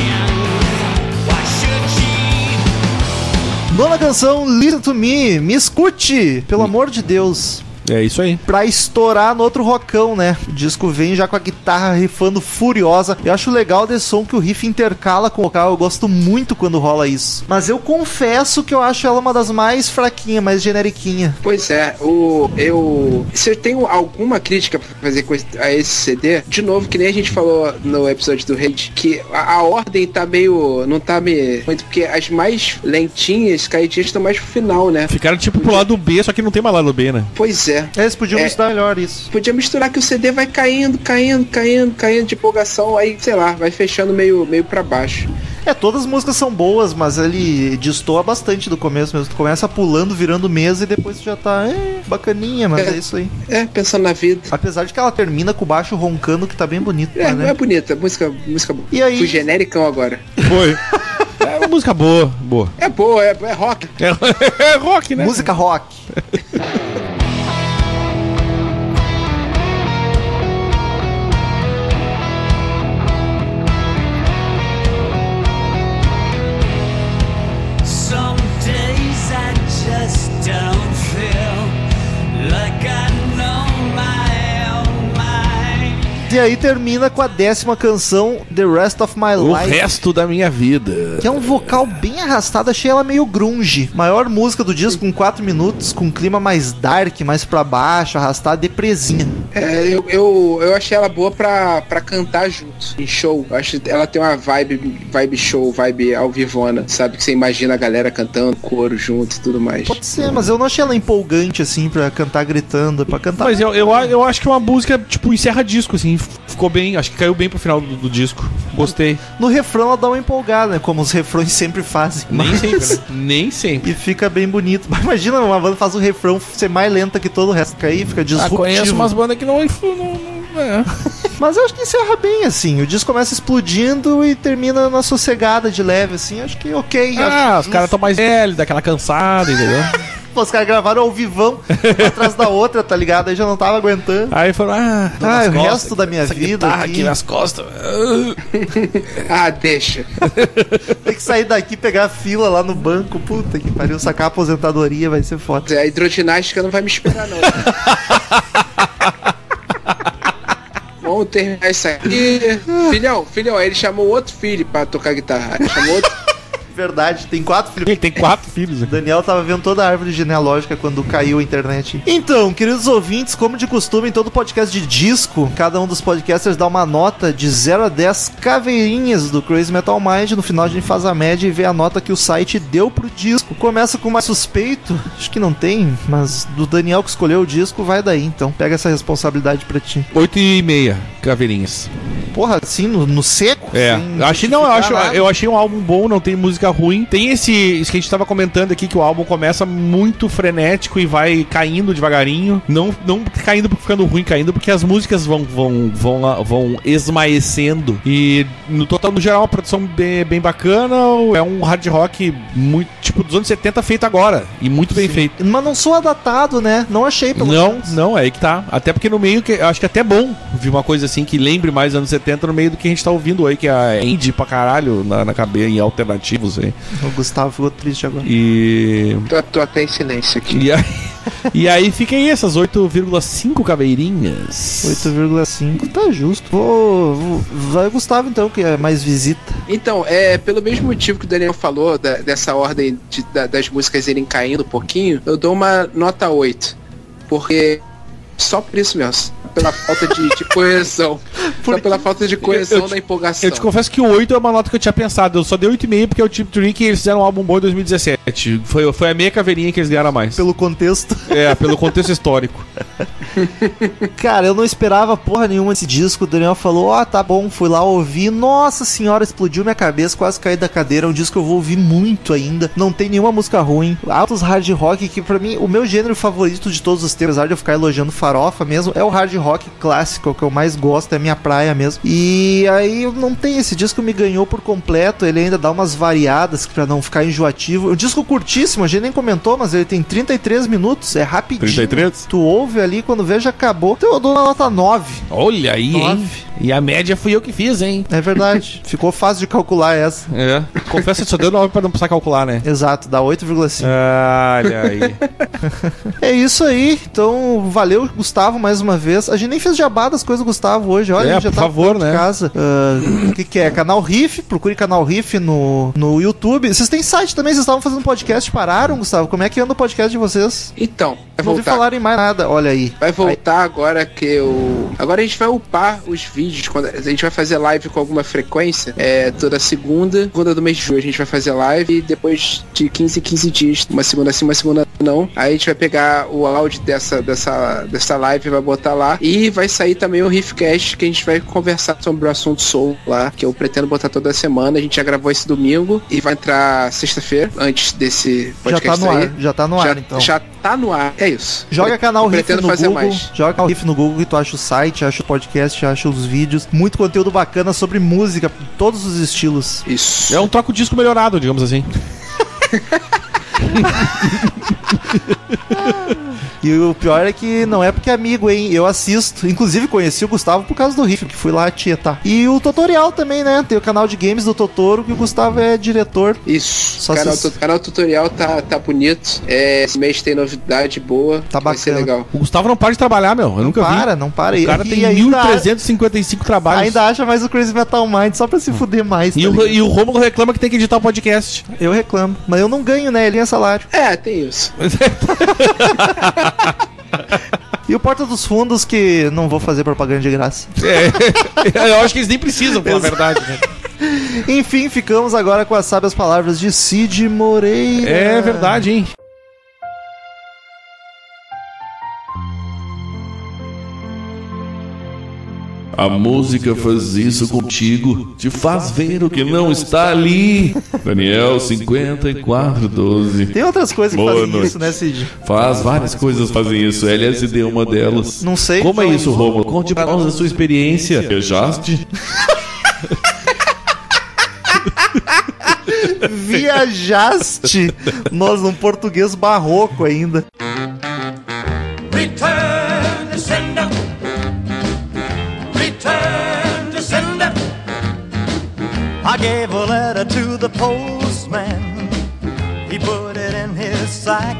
G: Why should she?
B: Nona canção, Listen to Me. Me escute, pelo amor de Deus.
C: É isso aí.
B: Pra estourar no outro rocão, né? O disco vem já com a guitarra rifando furiosa. Eu acho legal desse som que o riff intercala com o vocal. Eu gosto muito quando rola isso. Mas eu confesso que eu acho ela uma das mais fraquinha, mais generiquinha.
A: Pois é, o, eu. Se eu tenho alguma crítica pra fazer com esse- a esse CD, de novo, que nem a gente falou no episódio do Hate, que a, a ordem tá meio. não tá me. muito, porque as mais lentinhas, caidinhas, estão mais pro final, né?
C: Ficaram tipo pro lado B, só que não tem mais lado B, né?
A: Pois é.
B: Eles podiam
A: É.
B: estudar melhor isso.
A: Podia misturar que o CD vai caindo, caindo, caindo, caindo de empolgação, aí, sei lá, vai fechando meio, meio pra baixo.
B: É, todas as músicas são boas, mas ele destoa bastante do começo mesmo. Tu começa pulando, virando mesa e depois tu já tá é, bacaninha, mas é.
A: É.
B: isso aí.
A: É, pensando na vida.
B: Apesar de que ela termina com o baixo roncando, que tá bem bonito,
A: É,
B: né?
A: é bonita, música, música boa.
B: E aí?
A: Fui genericão agora.
C: Foi. É uma música boa, boa.
A: É boa, é, é rock.
C: É, é rock, né?
B: Música rock.
G: Some days I just don't feel like I know my oh, own mind.
B: E aí termina com a décima canção, The Rest of My
C: O
B: Life.
C: resto da minha vida.
B: Que é um vocal bem arrastado, achei ela meio grunge. Maior música do disco, com 4 minutos, com um clima mais dark, mais pra baixo, arrastado, depresinha.
A: É, eu, eu, eu achei ela boa pra, pra cantar junto, em show. Eu acho que ela tem uma vibe, vibe show, vibe ao vivona, sabe? Que você imagina a galera cantando, coro junto e tudo mais.
B: Pode ser, mas eu não achei ela empolgante, assim, pra cantar gritando, pra cantar...
C: Mas eu, eu, a- eu acho que é uma música, tipo, encerra disco, assim. F- Ficou bem, acho que caiu bem pro final do, do disco. Gostei.
B: No refrão ela dá uma empolgada, né? Como os refrões sempre fazem.
C: Nem
B: Mas-
C: sempre, né? Nem sempre.
B: E fica bem bonito. Mas imagina uma banda faz o refrão ser mais lenta que todo o resto. que Aí fica disruptivo.
C: Ah, bandas que não. não, é.
B: Mas eu acho que encerra bem, assim. O disco começa explodindo e termina na sossegada de leve, assim. Acho que ok.
C: Ah,
B: acho
C: os caras tão mais
B: é.
C: velhos, daquela cansada, entendeu?
B: justo. Pô, os caras gravaram ao vivão, uma atrás da outra, tá ligado? Aí já não tava aguentando.
C: Aí foram, ah, dor
B: Ah,
C: nas
B: o
C: costas,
B: resto da minha
C: essa
B: vida
C: guitarra
B: aqui.
C: aqui nas costas.
A: Ah, deixa.
B: Tem que sair daqui, pegar a fila lá no banco. Puta que pariu, sacar a aposentadoria vai ser foda.
A: É A hidroginástica não vai me esperar, não. Vamos terminar isso aqui. Filhão, filhão, aí ele chamou outro filho pra tocar guitarra. Ele Chamou outro.
B: Verdade, tem quatro filhos.
C: Ele tem quatro filhos. né?
B: Daniel tava vendo toda a árvore genealógica quando caiu a internet. Então, queridos ouvintes, como de costume, em todo podcast de disco, cada um dos podcasters dá uma nota de 0 a 10 caveirinhas do Crazy Metal Mind. No final a gente faz a média e vê a nota que o site deu pro disco. Começa com o mais suspeito, acho que não tem, mas do Daniel que escolheu o disco, vai daí então. Pega essa responsabilidade pra ti.
C: Oito e meia, caveirinhas.
B: Porra, assim, no, no seco?
C: É,
B: Sem
C: eu achei, não, eu, acho,
B: justificar nada.
C: eu achei um álbum bom, não tem música ruim. Tem esse, isso que a gente tava comentando aqui, que o álbum começa muito frenético e vai caindo devagarinho. Não, não caindo porque ficando ruim, caindo porque as músicas vão, vão, vão, lá- vão esmaecendo. E no total, no geral, a produção é bem, bem bacana. É um hard rock muito, tipo, dos anos 70 feito agora. E muito bem feito.
B: Mas não sou adaptado, né? Não achei, pelo
C: Não,
B: menos.
C: não, é aí que tá. Até porque no meio, que eu acho que até é bom vir uma coisa assim que lembre mais anos 70 no meio do que a gente tá ouvindo aí, que é indie pra caralho na, na cabeça, em alternativos aí.
B: O Gustavo ficou triste agora.
C: E.
A: Tô, tô até em silêncio aqui.
C: E aí, e aí fica aí essas 8,5 caveirinhas.
B: 8,5 tá justo. Vou, vou- Vai o Gustavo então, que é mais visita.
A: Então, é pelo mesmo motivo que o Daniel falou, da- dessa ordem de- da- das músicas irem caindo um pouquinho, eu dou uma nota 8. Porque só por isso mesmo. Pela falta de, de coesão. Só pela falta de coesão
C: Eu- eu te-
A: da empolgação.
C: Eu te confesso que o 8 é uma nota que eu tinha pensado. Eu só dei 8,5 porque é o Tip Trick e eles fizeram um álbum bom em 2017. Foi, foi a meia caveirinha que eles ganharam a mais.
B: Pelo contexto.
C: É, pelo contexto histórico.
B: Cara, eu não esperava porra nenhuma desse disco. O Daniel falou: Ó, tá bom, fui lá ouvir. Nossa senhora, explodiu minha cabeça, quase caí da cadeira. É um disco que eu vou ouvir muito ainda. Não tem nenhuma música ruim. Altos hard rock, que pra mim, o meu gênero favorito de todos os tempos, apesar de eu ficar elogiando farofa mesmo, é o hard rock clássico, é o que eu mais gosto, é a minha praia mesmo. E aí eu não tenho esse disco, me ganhou por completo. Ele ainda dá umas variadas pra não ficar enjoativo. O disco curtíssimo, a gente nem comentou, mas ele tem 33 minutos, é rapidinho.
C: 33?
B: Tu ouve ali, quando vê, já acabou. Então eu dou uma nota 9.
C: Olha aí, hein?
B: Nove.
C: E a média fui eu que fiz, hein?
B: É verdade. Ficou fácil de calcular essa.
C: É. Confesso que só deu 9 pra não precisar calcular, né?
B: Exato, dá
C: É.
B: 8,5.
C: Ah, Olha aí.
B: É. isso aí. Então, valeu, Gustavo, mais uma vez. A gente nem fez jabá das coisas do Gustavo hoje. Olha,
C: É,
B: a gente já
C: por
B: tá
C: favor,
B: perto de
C: né?
B: casa. Ah, O que, que é? Canal Riff. Procure canal Riff no, no YouTube. Vocês têm site também? Vocês estavam fazendo podcast, pararam, Gustavo? Como é que anda o podcast de vocês?
A: Então, vai
B: Não ouvi
A: voltar.
B: falarem mais nada. Olha aí.
A: Vai voltar agora que eu. Agora a gente vai upar os vídeos. Quando... A gente vai fazer live com alguma frequência. É, toda segunda. Segunda do mês de julho a gente vai fazer live. E depois de 15 em 15 dias. Uma segunda sim, uma segunda não. Aí a gente vai pegar o áudio dessa, dessa, dessa live, vai botar lá. E vai sair também o Riffcast que a gente vai conversar sobre o assunto Soul lá. Que eu pretendo botar toda semana. A gente já gravou esse domingo. E vai entrar sexta-feira, antes desse
B: Já
A: podcast
B: tá no
A: sair.
B: ar. Já tá no
A: já,
B: ar, então.
A: já tá no ar. É isso.
B: Joga
A: Eu
B: canal Riff
A: pretendo
B: no
A: fazer
B: Google.
A: mais.
B: Joga canal Riff no Google que tu acha o site, acha o podcast, acha os vídeos. Muito conteúdo bacana sobre música, todos os estilos.
A: Isso.
C: É um troco disco melhorado, digamos assim.
B: E o pior é que não é porque é amigo, hein? Eu assisto. Inclusive conheci o Gustavo por causa do Riff, que fui lá tietar. E o tutorial também, né? Tem o canal de games do Totoro, que o Gustavo é diretor.
A: Isso.
B: Só
A: canal,
B: se-
A: tu- canal tutorial tá, tá bonito. É, esse mês tem novidade boa.
B: Tá
A: Vai ser
B: bacana.
A: legal.
C: O Gustavo não para de trabalhar, meu. Eu nunca
B: para, não para.
C: vi.
B: E-
C: O cara
B: e
C: tem
B: ainda-
C: 1.355 trabalhos.
B: Ainda acha mais o Crazy Metal Mind só pra se fuder mais.
C: E
B: tá
C: o,
B: ligado?
C: e o Rômulo reclama que tem que editar o podcast.
B: Eu reclamo. Mas eu não ganho, né? Ele ganha salário.
A: É, tem isso.
B: E o Porta dos Fundos, que não vou fazer propaganda de graça.
C: É, Eu acho que eles nem precisam, pela verdade. Né?
B: Enfim, ficamos agora com as sábias palavras de Cid Moreira.
C: É verdade, hein?
H: A música faz isso contigo, te faz ver o que não está ali. Daniel 5412.
B: Tem outras coisas que
H: Boa
B: fazem
H: noite.
B: isso, né, Cid?
H: Faz várias coisas fazem isso, LSD é uma delas.
B: Não sei.
H: Como é
B: Então,
H: isso, Romulo? Conte pra nós a sua experiência. Viajaste?
B: Viajaste. Nós, num português barroco ainda.
G: Return to sender. Return to sender.
D: I gave a letter to the postman. He put it in his sack.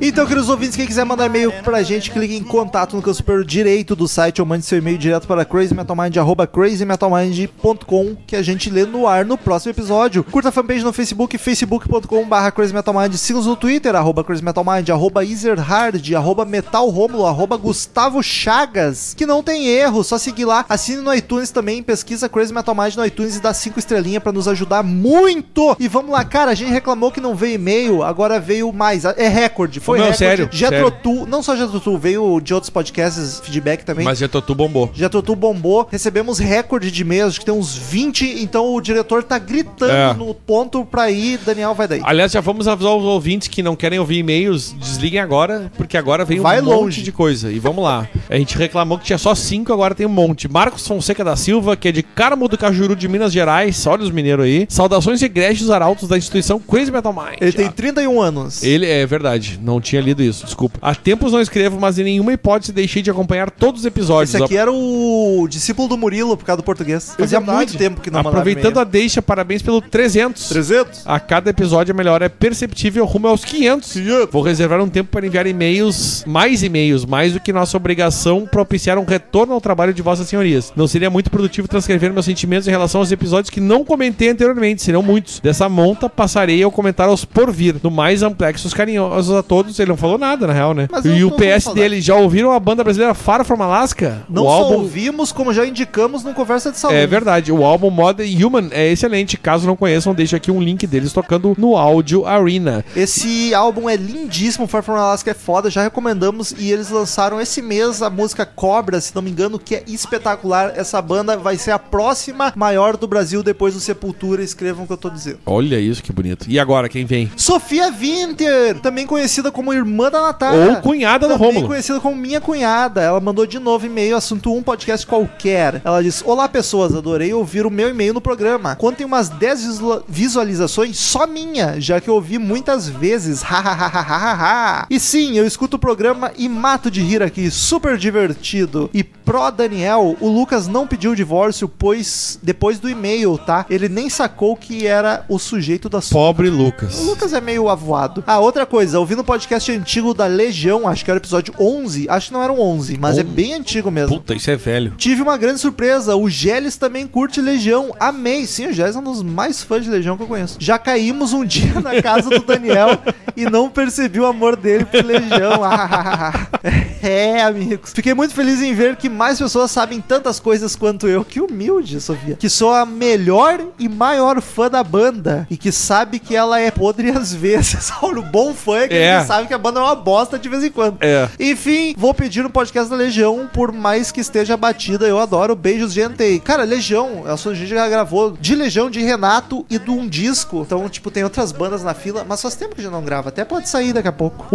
B: Então, queridos ouvintes, quem quiser mandar e-mail pra gente, clique em contato no canto superior direito do site ou mande seu e-mail direto para crazymetalmind, arroba crazymetalmind.com, que a gente lê no ar no próximo episódio. Curta a fanpage no Facebook, facebook.com barra crazymetalmind, siga-nos no Twitter, arroba crazymetalmind, arroba easerhard, arroba metalromulo, arroba gustavo chagas, que não tem erro, só seguir lá. Assine no iTunes também, pesquisa Crazy Metal Mind no iTunes e dá cinco estrelinhas pra nos ajudar muito. E vamos lá, cara, a gente reclamou que não veio e-mail, agora veio mais, é recorde, foi
C: Não,
B: recorde.
C: sério,
B: Jethro
C: sério.
B: Tull, não só Jethro Tull, veio de outros podcasts feedback também.
C: Mas já tu bombou.
B: Jethro Tull bombou, recebemos recorde de e-mails, acho que tem uns 20, então o diretor tá gritando
C: É.
B: no ponto pra ir, Daniel vai daí.
C: Aliás, já vamos avisar os ouvintes que não querem ouvir e-mails, desliguem agora, porque agora vem um
B: Vai
C: monte
B: longe.
C: de coisa. E vamos lá. A gente reclamou que tinha só cinco, agora tem um monte. Marcos Fonseca da Silva, que é de Carmo do Cajuru de Minas Gerais. Olha os mineiros aí. Saudações e egressos arautos da instituição Crazy Metal Mind.
B: Ele tem 31 anos.
C: Ele é verdade, não não tinha lido isso, desculpa. Há tempos não escrevo, mas em nenhuma hipótese deixei de acompanhar todos os episódios.
B: Esse aqui era o discípulo do Murilo, por causa do português. Fazia
C: É verdade.
B: muito tempo que não mandava
C: Aproveitando a
B: e-mail.
C: deixa, parabéns pelo 300.
B: 300?
C: A cada episódio a melhora é perceptível rumo aos 500. Vou reservar um tempo para enviar e-mails, mais e-mails, mais do que nossa obrigação propiciar um retorno ao trabalho de vossas senhorias. Não seria muito produtivo transcrever meus sentimentos em relação aos episódios que não comentei anteriormente, serão muitos. Dessa monta, passarei ao comentar aos por vir. No mais, amplexos carinhosos a todos. Ele não falou nada, na real, né?
B: Mas eu
C: e
B: não
C: o
B: vou
C: PS
B: falar.
C: dele, já ouviram a banda brasileira Far From Alaska?
B: Não
C: o
B: só
C: álbum
B: ouvimos, como já indicamos no Conversa de Salão.
C: é verdade, o álbum Modern Human é excelente. Caso não conheçam, deixa aqui um link deles tocando no Audio Arena.
B: Esse álbum é lindíssimo, Far From Alaska é foda, já recomendamos e eles lançaram esse mês a música Cobra, se não me engano, que é espetacular. Essa banda vai ser a próxima maior do Brasil depois do Sepultura, escrevam o que eu tô dizendo.
C: Olha isso que bonito. E agora, quem vem?
B: Sofia Winter, também conhecida como irmã da Natália.
C: Ou cunhada do
B: Também
C: Rômulo.
B: conhecida como minha cunhada. Ela mandou de novo e-mail, assunto um podcast qualquer. Ela diz: Olá, pessoas, adorei ouvir o meu e-mail no programa. Contem umas 10 visula- visualizações só minha, já que eu ouvi muitas vezes. Hahaha. e sim, eu escuto o programa e mato de rir aqui. Super divertido. E pró Daniel, o Lucas não pediu divórcio, pois depois do e-mail, tá? Ele nem sacou que era o sujeito da sua.
C: Pobre
B: O
C: Lucas.
B: Lucas é meio avoado. Ah, outra coisa, ouvindo o podcast antigo da Legião, acho que era o episódio 11, acho que não era o 11, mas é bem antigo mesmo.
C: Puta, isso é velho.
B: Tive uma grande surpresa, o Geles também curte Legião. Amei, sim, o Geles é um dos mais fãs de Legião que eu conheço. Já caímos um dia na casa do Daniel e não percebi o amor dele por Legião. Ah, é, amigos. Fiquei muito feliz em ver que mais pessoas sabem tantas coisas quanto eu. Que humilde, Sofia. Que sou a melhor e maior fã da banda e que sabe que ela é podre às vezes. O bom fã é que
C: É.
B: ele sabe que a banda é uma bosta de vez em quando.
C: É.
B: Enfim, vou pedir um podcast da Legião, por mais que esteja batida, eu adoro. Beijos, gente. Cara, Legião, é a sua gente já gravou de Legião, de Renato e de um disco. Então, tipo, tem outras bandas na fila, mas faz tempo que já não grava. Até pode sair daqui a pouco.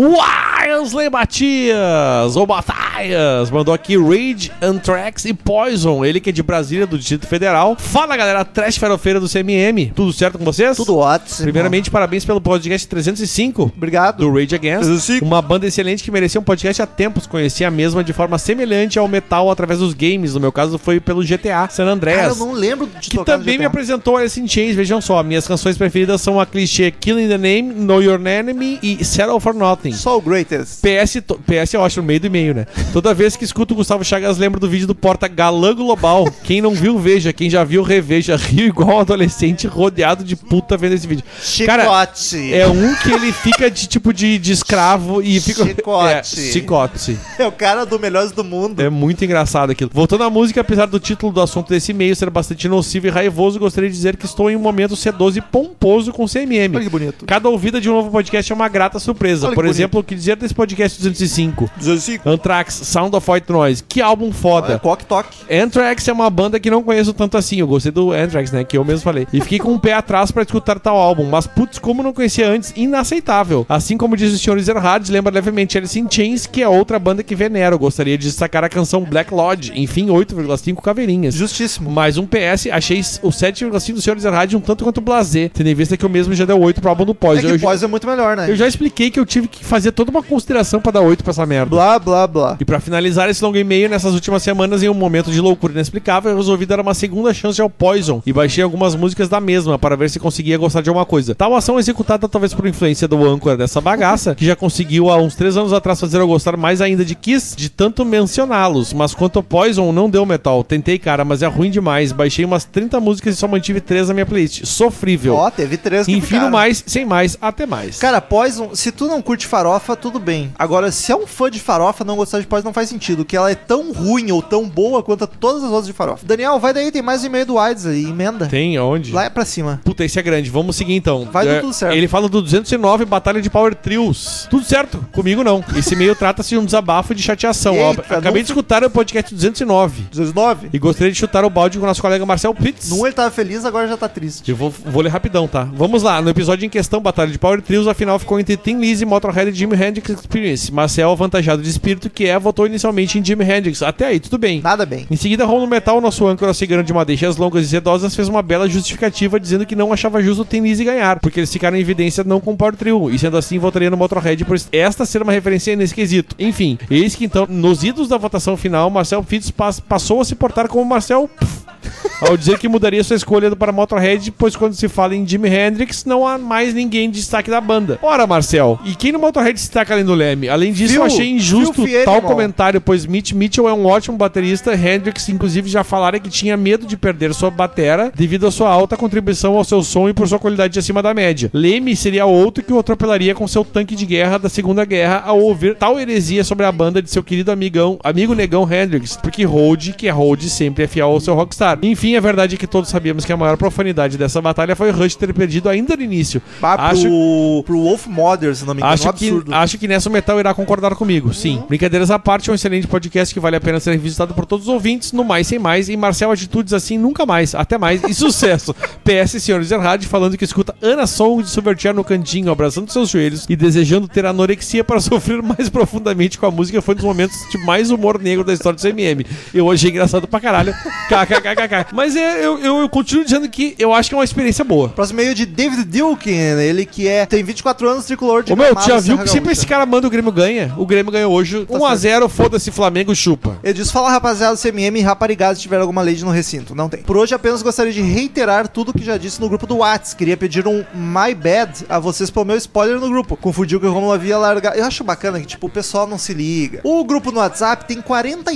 C: Wesley Matias, ou Matias, mandou aqui Rage, Anthrax e Poison. Ele que é de Brasília, do Distrito Federal. Fala, galera, Trash Ferofeira do CMM. Tudo certo com vocês?
B: ótimo.
C: Primeiramente, parabéns pelo podcast 305.
B: Obrigado.
C: do Rage Against.
B: 305.
C: Uma banda excelente que merecia um podcast há tempos. Conheci a mesma de forma semelhante ao metal através dos games. No meu caso, foi pelo GTA San
B: Cara, eu
C: Andreas.
B: não lembro de
C: que
B: tocar no
C: também me
B: GTA.
C: apresentou Alice in Chains, vejam só. Minhas canções preferidas são a clichê Killing the Name, Know Your Enemy e Settle for Nothing.
B: Só o Greatest.
C: PS, to- PS eu acho no meio do e-mail, né? Toda vez que escuto o Gustavo Chagas, lembro do vídeo do Porta Galã Global. Quem não viu, veja. Quem já viu, reveja. Rio igual um adolescente rodeado de puta vendo esse vídeo. Cara,
B: Chicote.
C: é um que ele fica de tipo de, de escravo e fica.
B: Chicote.
C: É, chicote.
B: É o cara do Melhores do Mundo.
C: É muito engraçado aquilo. Voltando à música, apesar do título do assunto desse e-mail ser bastante nocivo e raivoso, gostaria de dizer que estou em um momento sedoso e pomposo com o CMM.
B: Olha que bonito.
C: Cada ouvida de um novo podcast é uma grata surpresa.
B: Olha que
C: Por
B: bonito.
C: exemplo, o que dizer desse podcast 205?
B: 205.
C: Anthrax, Sound of White Noise. Que álbum
B: É,
C: foda.
B: Coque Toque.
C: Anthrax é uma banda que não conheço tanto assim. Eu gostei do Anthrax, né? Que eu mesmo falei. E fiquei com o pé atrás pra escutar tal álbum. Mas, putz, como não conhecia antes, inaceitável. Assim como diz o senhor Zerhard, lembra levemente Alice in Chains, que é outra banda que venero. Gostaria de destacar a canção Black Lodge. Enfim, 8,5 caveirinhas.
B: Justíssimo.
C: Mais um PS, achei o 7,5 do Sr. Zerhard um tanto quanto blasé, tendo em vista que eu mesmo já deu 8 pro álbum do
B: É
C: pós.
B: que
C: eu, já-
B: Poison é muito melhor, né?
C: eu já expliquei que eu tive que fazer toda uma consideração pra dar 8 pra essa merda.
B: Blá, blá, blá.
C: E pra finalizar esse longo e-mail, nessas últimas semanas, em um momento de loucura inexplicável, eu resolvi dar uma segunda chance ao Poison e baixei algumas músicas da mesma para ver se conseguia gostar de alguma coisa. Tal ação é executada talvez por influência do âncora dessa bagaça, que já conseguiu há uns três anos atrás fazer eu gostar mais ainda de Kiss, de tanto mencioná-los. Mas quanto ao Poison, não deu metal. Tentei, cara, mas é ruim demais. Baixei umas 30 músicas e só mantive três na minha playlist. Sofrível.
B: Ó, teve três que
C: Enfim, no
B: ficaram.
C: mais, sem mais, até mais.
B: Cara, Poison, se tu não curte farofa, tudo bem. Agora, se é um fã de farofa, não gostar de Poison não faz sentido, que ela é tão ruim ou tão boa quanto todas as outras de farofa. Daniel, vai daí, tem mais um e-mail do Aids aí, emenda.
C: Tem onde?
B: Lá é pra cima.
C: Puta, esse é grande. Vamos seguir então.
B: Vai dar
C: É,
B: tudo certo.
C: Ele fala do 209 Batalha de Power Trios. Tudo certo? Comigo não. Esse e-mail trata-se de um desabafo de chateação. Ó,
B: Eita,
C: acabei
B: não-
C: de escutar o podcast 209
B: 19?
C: e gostaria de chutar o balde com o nosso colega Marcel Pitts.
B: No Um, ele tava feliz, agora já tá triste.
C: Eu vou, vou ler rapidão, tá? Vamos lá. No episódio em questão, Batalha de Power Trios, a final ficou entre Tim Lizzy, Motorhead e Jimi Hendrix Experience. Marcel, avantajado de espírito que é, votou inicialmente em Jimi Hendrix. Até aí, tudo bem.
B: Nada bem.
C: Em seguida, Romulo Metal, nosso âncora cigano de madeixas longas e sedosas, fez uma bela justificativa dizendo que não achava justo o Tenise ganhar, porque eles ficaram em evidência não com o Power Trio, e sendo assim votaria no Motorhead por esta ser uma referência nesse quesito. Enfim, eis que então, nos idos da votação final, Marcel Fitz pas- passou a se portar como Marcel Pff, ao dizer que mudaria sua escolha para Motorhead, pois quando se fala em Jimi Hendrix, não há mais ninguém de destaque da banda. Ora, Marcel, e quem no Motorhead se destaca além do Leme? Além disso,
B: Phil,
C: eu achei injusto
B: Phil Fiedemont.
C: tal comentário, pois Mitch Mitchell é um ótimo baterista. Hendrix, inclusive, já falara que tinha medo de perder sua batera devido à sua alta contribuição ao seu som e por sua qualidade acima da média. Leme seria outro que o atropelaria com seu tanque de guerra da Segunda Guerra ao ouvir tal heresia sobre a banda de seu querido amigão, amigo negão Hendrix, porque Hold, que é Hold, sempre é fiel ao seu rockstar. Enfim, a verdade é que todos sabíamos que a maior profanidade dessa batalha foi Rush ter perdido ainda no início.
B: Pá, pro,
C: Acho
B: pro Wolf Mother, se não me engano,
C: Acho
B: um
C: que,
B: absurdo.
C: acho que nessa o Metal irá concordar comigo, sim. Brincadeiras à parte, é um excelente podcast que vale a pena ser visitado por todos os ouvintes, no mais sem mais, e Marcel atitudes assim nunca mais, até mais, e sucesso. PS, senhores Errad, falando que escuta Ana Song de Subvertir no cantinho, abraçando seus joelhos e desejando ter anorexia para sofrer mais profundamente com a música, foi um dos momentos de mais humor negro da história do CMM. Eu achei engraçado pra caralho, kkkk. Mas é, eu, eu, eu continuo dizendo que eu acho que é uma experiência boa.
B: Próximo meio de David Dilkin, ele que é tem 24 anos, tricolor de
C: Ô meu,
B: Gramado,
C: tu já viu
B: Tipo, Serra
C: que
B: Gaúcha.
C: sempre
B: Tá
C: esse cara manda o Grêmio ganha? O Grêmio ganhou hoje. 1x0, foda-se, Flamengo chupa.
B: Ele diz, fala rapaziada do CMM e raparigados se tiver alguma lei de no recinto. Não tem. Por hoje apenas gostaria de reiterar tudo o que já disse no grupo do Whats. Queria pedir um my bad a vocês pelo meu spoiler no grupo. Confundiu que o Romulo havia largado. Eu acho bacana que, tipo, o pessoal não se liga. O grupo no WhatsApp tem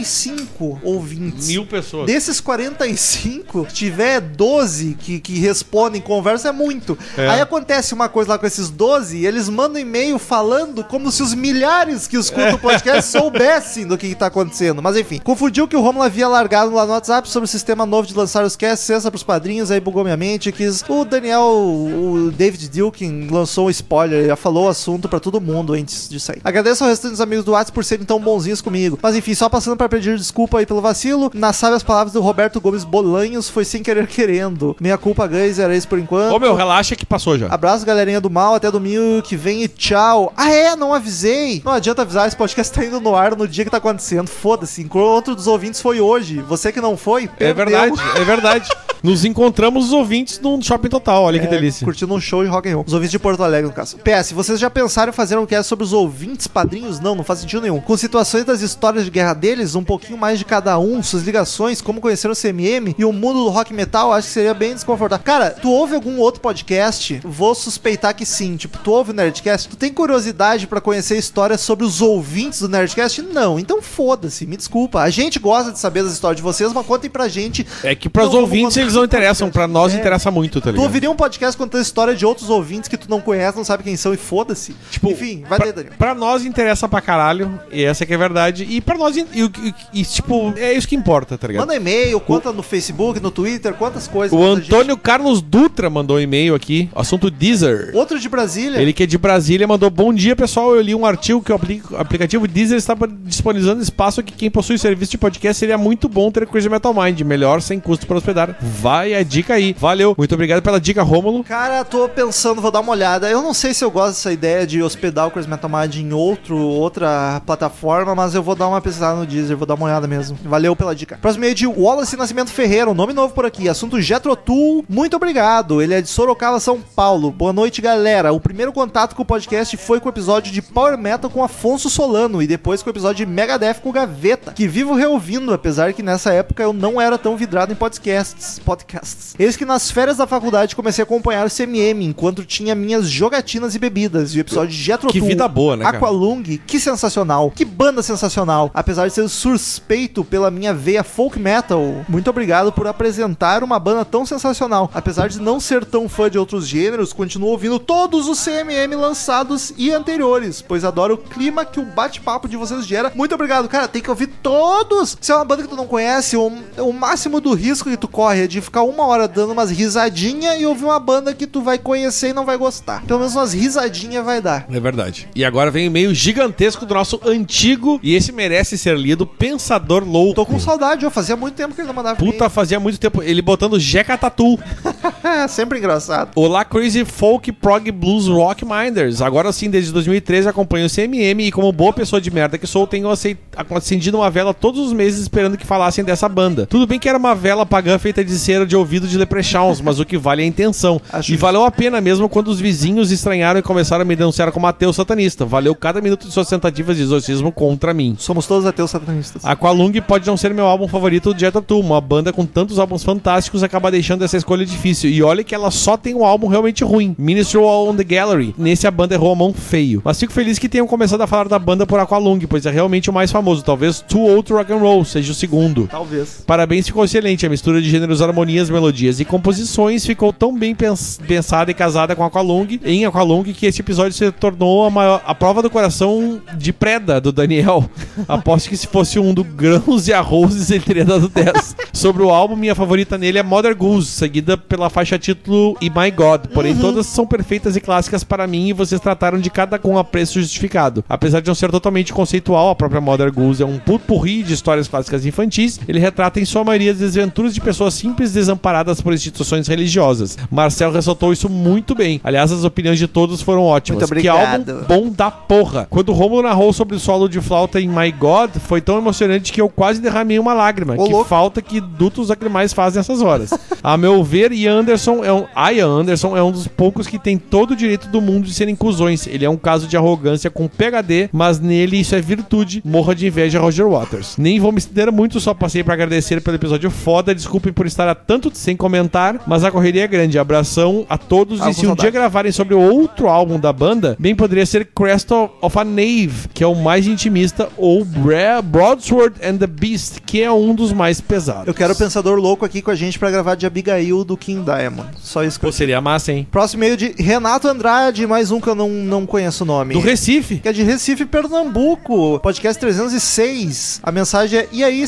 B: 45 ouvintes.
C: pessoas.
B: Desses 45, se tiver 12 que, que respondem conversa, é muito. Aí acontece uma coisa lá com esses 12, e eles mandam e-mail falando como se os milhares que escutam o podcast soubessem do que, que tá acontecendo. Mas enfim, confundiu que o Romulo havia largado lá no WhatsApp sobre o sistema novo de lançar os casts, cessa pros padrinhos, aí bugou minha mente. Quis... O Daniel, o David Dilkin, lançou um spoiler, ele já falou o assunto pra todo mundo antes disso aí. Agradeço ao restante dos amigos do WhatsApp por serem tão bonzinhos comigo. Mas enfim, só passando pra pedir desculpa aí pelo vacilo, nas sábias palavras do Roberto Gomes Bolanhos, foi sem querer querendo. Minha culpa, Guys, era isso por enquanto.
C: Ô meu, relaxa que passou já.
B: Abraço, galerinha do mal. Até domingo que vem e tchau. Ah, é? Não avisei. Não adianta avisar, esse podcast tá indo no ar no dia que tá acontecendo. Foda-se. Encontro dos ouvintes foi hoje. Você que não foi,
C: É
B: perdeu.
C: verdade, é verdade. Nos encontramos os ouvintes num shopping total, olha que delícia.
B: Curtindo um show de rock and roll. Os ouvintes de Porto Alegre, no caso. PS, vocês já pensaram em fazer um cast sobre os ouvintes padrinhos? Não, não faz sentido nenhum. Com situações das histórias de guerra deles, um pouquinho mais de cada um, suas ligações, como conheceram o CMM e o mundo do rock metal, acho que seria bem desconfortável. Cara, tu ouve algum outro podcast? Vou suspeitar que sim. Tipo, tu ouve o Nerdcast? Tu tem curiosidade pra conhecer histórias sobre os ouvintes do Nerdcast? Não. Então foda-se, me desculpa. A gente gosta de saber das histórias de vocês, mas contem pra gente.
C: É que pros
B: Não, vamos
C: ouvintes
B: contar
C: eles não interessam, pra nós
B: É.
C: interessa muito, tá
B: Tu
C: ligado?
B: ouviria um podcast contando história de outros ouvintes que tu não conhece, não sabe quem são e foda-se.
C: Tipo,
B: Enfim, vai
C: pra,
B: daí, Daniel.
C: pra nós interessa pra caralho, e essa que é a verdade. E pra nós, e, e- e, tipo, é isso que importa, tá ligado?
B: Manda e-mail, conta no Facebook, no Twitter, quantas coisas.
C: O
B: conta, gente.
C: Antônio Carlos Dutra mandou um e-mail aqui, assunto Deezer.
B: Outro de Brasília.
C: Ele que é de Brasília mandou bom dia, pessoal. Eu li um artigo que o apli- aplicativo Deezer está disponibilizando espaço que quem possui serviço de podcast seria muito bom ter coisa Metal Mind. Melhor sem custo para hospedar. Vai a dica aí. Valeu. Muito obrigado pela dica, Rômulo.
B: Cara, tô pensando, vou dar uma olhada. Eu não sei se eu gosto dessa ideia de hospedar o Crazy Metal Mind em outro, outra plataforma, mas eu vou dar uma pesquisada no Deezer, vou dar uma olhada mesmo. Valeu pela dica. Próximo e-mail de Wallace Nascimento Ferreira, um nome novo por aqui. Assunto Jetrotul, muito obrigado. Ele é de Sorocaba, São Paulo. Boa noite, galera. O primeiro contato com o podcast foi com o episódio de Power Metal com Afonso Solano e depois com o episódio de Megadeth com o Gaveta, que vivo reouvindo, apesar que nessa época eu não era tão vidrado em podcasts. podcasts. Eis que nas férias da faculdade comecei a acompanhar o CMM enquanto tinha minhas jogatinas e bebidas e o episódio de Jetro
C: Que
B: Tool,
C: vida boa, né, cara?
B: Aqualung, que sensacional. Que banda sensacional. Apesar de ser suspeito pela minha veia folk metal, muito obrigado por apresentar uma banda tão sensacional. Apesar de não ser tão fã de outros gêneros, continuo ouvindo todos os CMM lançados e anteriores, pois adoro o clima que o bate-papo de vocês gera. Muito obrigado, cara. Tem que ouvir todos. Se é uma banda que tu não conhece, o, o máximo do risco que tu corre é de ficar uma hora dando umas risadinhas e ouvir uma banda que tu vai conhecer e não vai gostar. Pelo menos umas risadinhas vai dar.
C: É verdade. E agora vem um e-mail gigantesco do nosso antigo, e esse merece ser lido, Pensador Louco.
B: Tô com saudade, ó. Fazia muito tempo que ele não mandava
C: Puta, fazia muito tempo. Ele botando Jeca Tatu.
B: e-mail. É, sempre engraçado.
C: Olá, Crazy Folk Prog Blues Rock Minders. Agora sim, desde 2013 acompanho o CMM e, como boa pessoa de merda que sou, tenho acei- acendido uma vela todos os meses esperando que falassem dessa banda. Tudo bem que era uma vela pagã feita de canseira de ouvido de leprechauns, mas o que vale é a intenção.
B: Acho
C: e
B: justo.
C: valeu a pena mesmo quando os vizinhos estranharam e começaram a me denunciar como ateu satanista. Valeu cada minuto de suas tentativas de exorcismo contra mim.
B: Somos todos ateus satanistas.
C: Aqualung pode não ser meu álbum favorito do Jethro Tull, uma banda com tantos álbuns fantásticos acaba deixando essa escolha difícil. E olha que ela só tem um álbum realmente ruim, Ministry on the Gallery. Nesse a banda errou a mão feio. Mas fico feliz que tenham começado a falar da banda por Aqualung, pois é realmente o mais famoso. Talvez Too Old to Rock and Roll seja o segundo.
B: Talvez.
C: Parabéns, ficou excelente. A mistura de gêneros, harmonias, melodias e composições ficou tão bem pens- pensada e casada com Aqualung, em Aqualung, que este episódio se tornou a, maior- a prova do coração de preda do Daniel. Aposto que se fosse um do Grãos e Arrozes, ele teria dado 10. Sobre o álbum, minha favorita nele é Mother Goose, seguida pela faixa título e My God. Porém, todas são perfeitas e clássicas para mim e vocês trataram de cada com um apreço justificado. Apesar de não ser totalmente conceitual, a própria Mother Goose é um purpurri de histórias clássicas infantis. Ele retrata em sua maioria as desventuras de pessoas simples desamparadas por instituições religiosas. Marcel ressaltou isso muito bem. Aliás, as opiniões de todos foram ótimas.
B: Muito
C: Que álbum
B: obrigado.
C: bom da porra. Quando o Romulo narrou sobre o solo de flauta em My God, foi tão emocionante que eu quase derramei uma lágrima.
B: Ô,
C: que
B: louco.
C: falta que dutos lacrimais fazem nessas horas. A meu ver, Ian Anderson é um, a Ian Anderson é um dos poucos que tem todo o direito do mundo de serem cuzões. Ele é um caso de arrogância com PHD, mas nele isso é virtude. Morra de inveja, Roger Waters. Nem vou me estender muito, só passei pra agradecer pelo episódio foda. Desculpem por estar há tanto sem comentar, mas a correria é grande. Abração a todos
B: Ah,
C: e se
B: com
C: um dia
B: saudade.
C: gravarem sobre outro álbum da banda, bem poderia ser Crest of of a Knave, que é o mais intimista, ou Bra- Broadsword and the Beast, que é um dos mais pesados.
B: Eu quero o Pensador Louco aqui com a gente pra gravar de Abigail do King Diamond. Só isso que eu
C: Pô, seria massa, hein?
B: Próximo e-mail de Renato Andrade, mais um que eu não, não conheço o nome.
C: Do Recife.
B: que é de Recife, Pernambuco, podcast 306. A mensagem é: E aí,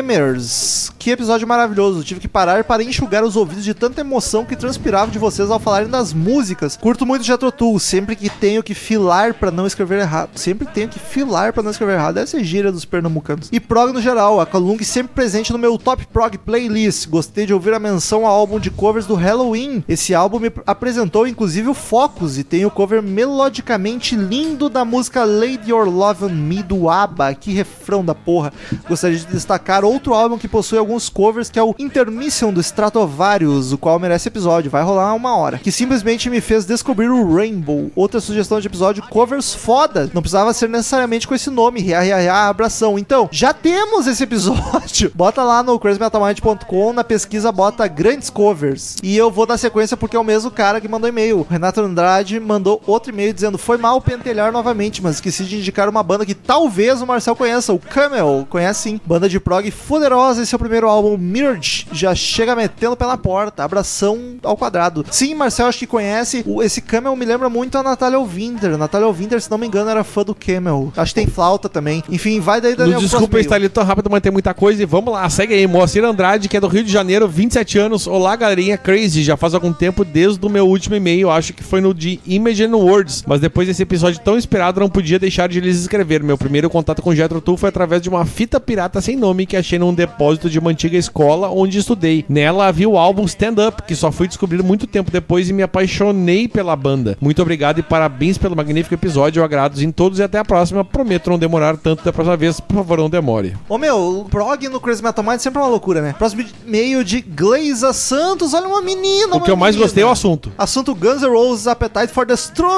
B: CMMers? Que episódio maravilhoso. Tive que parar para enxugar os ouvidos de tanta emoção que transpirava de vocês ao falarem das músicas. Curto muito Jetro Tool, sempre que tenho que filar para não escrever errado. Sempre tenho que filar para não escrever errado. Deve é gíria dos pernambucanos. E prog no geral, a Calung sempre presente no meu top prog playlist. Gostei de ouvir a menção ao álbum de covers do Halloween. Esse álbum me apresentou inclusive o Focus e tem o cover melodicamente lindo da música Lady Your Love on Me do ABBA. Que refrão da porra. Gostaria de destacar outro álbum que possui alguns covers que é o Intermission do Stratovarius, o qual merece episódio, vai rolar uma hora, que simplesmente me fez descobrir o Rainbow. Outra sugestão de episódio, covers foda. Não precisava ser necessariamente com esse nome, ria, ria, ria, abração. Então, já temos esse episódio. Bota lá no crazymetalmind.com, na pesquisa bota grandes covers. E eu vou dar sequência porque é o mesmo cara que mandou e-mail. O Renato Andrade mandou outro e-mail dizendo: "Foi mal pentelhar novamente, mas esqueci de indicar uma banda que talvez o Marcel conheça, o Camel. Conhece sim. Banda de prog fuderosa e seu primeiro álbum Mirage já chega metendo pela porta. Abração ao quadrado. Sim, Marcel acho que conhece. O- esse Camel me lembra muito a Natália Alvinder. Natália Alvinder, se não me engano, era fã do Camel. Acho que tem flauta também. Enfim, vai daí
C: Nos
B: Daniel pro
C: desculpa eu
B: próximo
C: estar
B: e-mail.
C: ali tão rápido, mas tem muita coisa. E vamos lá, segue aí. Moacir Andrade, que é do Rio de Janeiro, 27 anos. Olá, galerinha crazy. Já faz algum tempo desde o meu último e-mail, acho que foi no de Imagine Words. Mas depois desse episódio tão esperado, não podia deixar de lhes escrever. Meu primeiro contato com Jetro Tool foi através de uma fita pirata sem nome que achei num depósito de uma antiga escola onde estudei. Nela havia o álbum Stand Up, que só fui descobrir muito tempo depois e me apaixonei pela banda. Muito obrigado e parabéns pelo magnífico episódio. Eu agrados em todos e até a próxima. Prometo não demorar tanto da próxima vez. Por favor, não demore.
B: Ô meu, o prog no Crazy Metal Mind sempre é uma loucura, né? Próximo e-mail de Gleiza Santos. Olha uma menina,
C: O
B: uma
C: que eu mais
B: menina.
C: gostei é o assunto.
B: Assunto Guns N' Roses Appetite for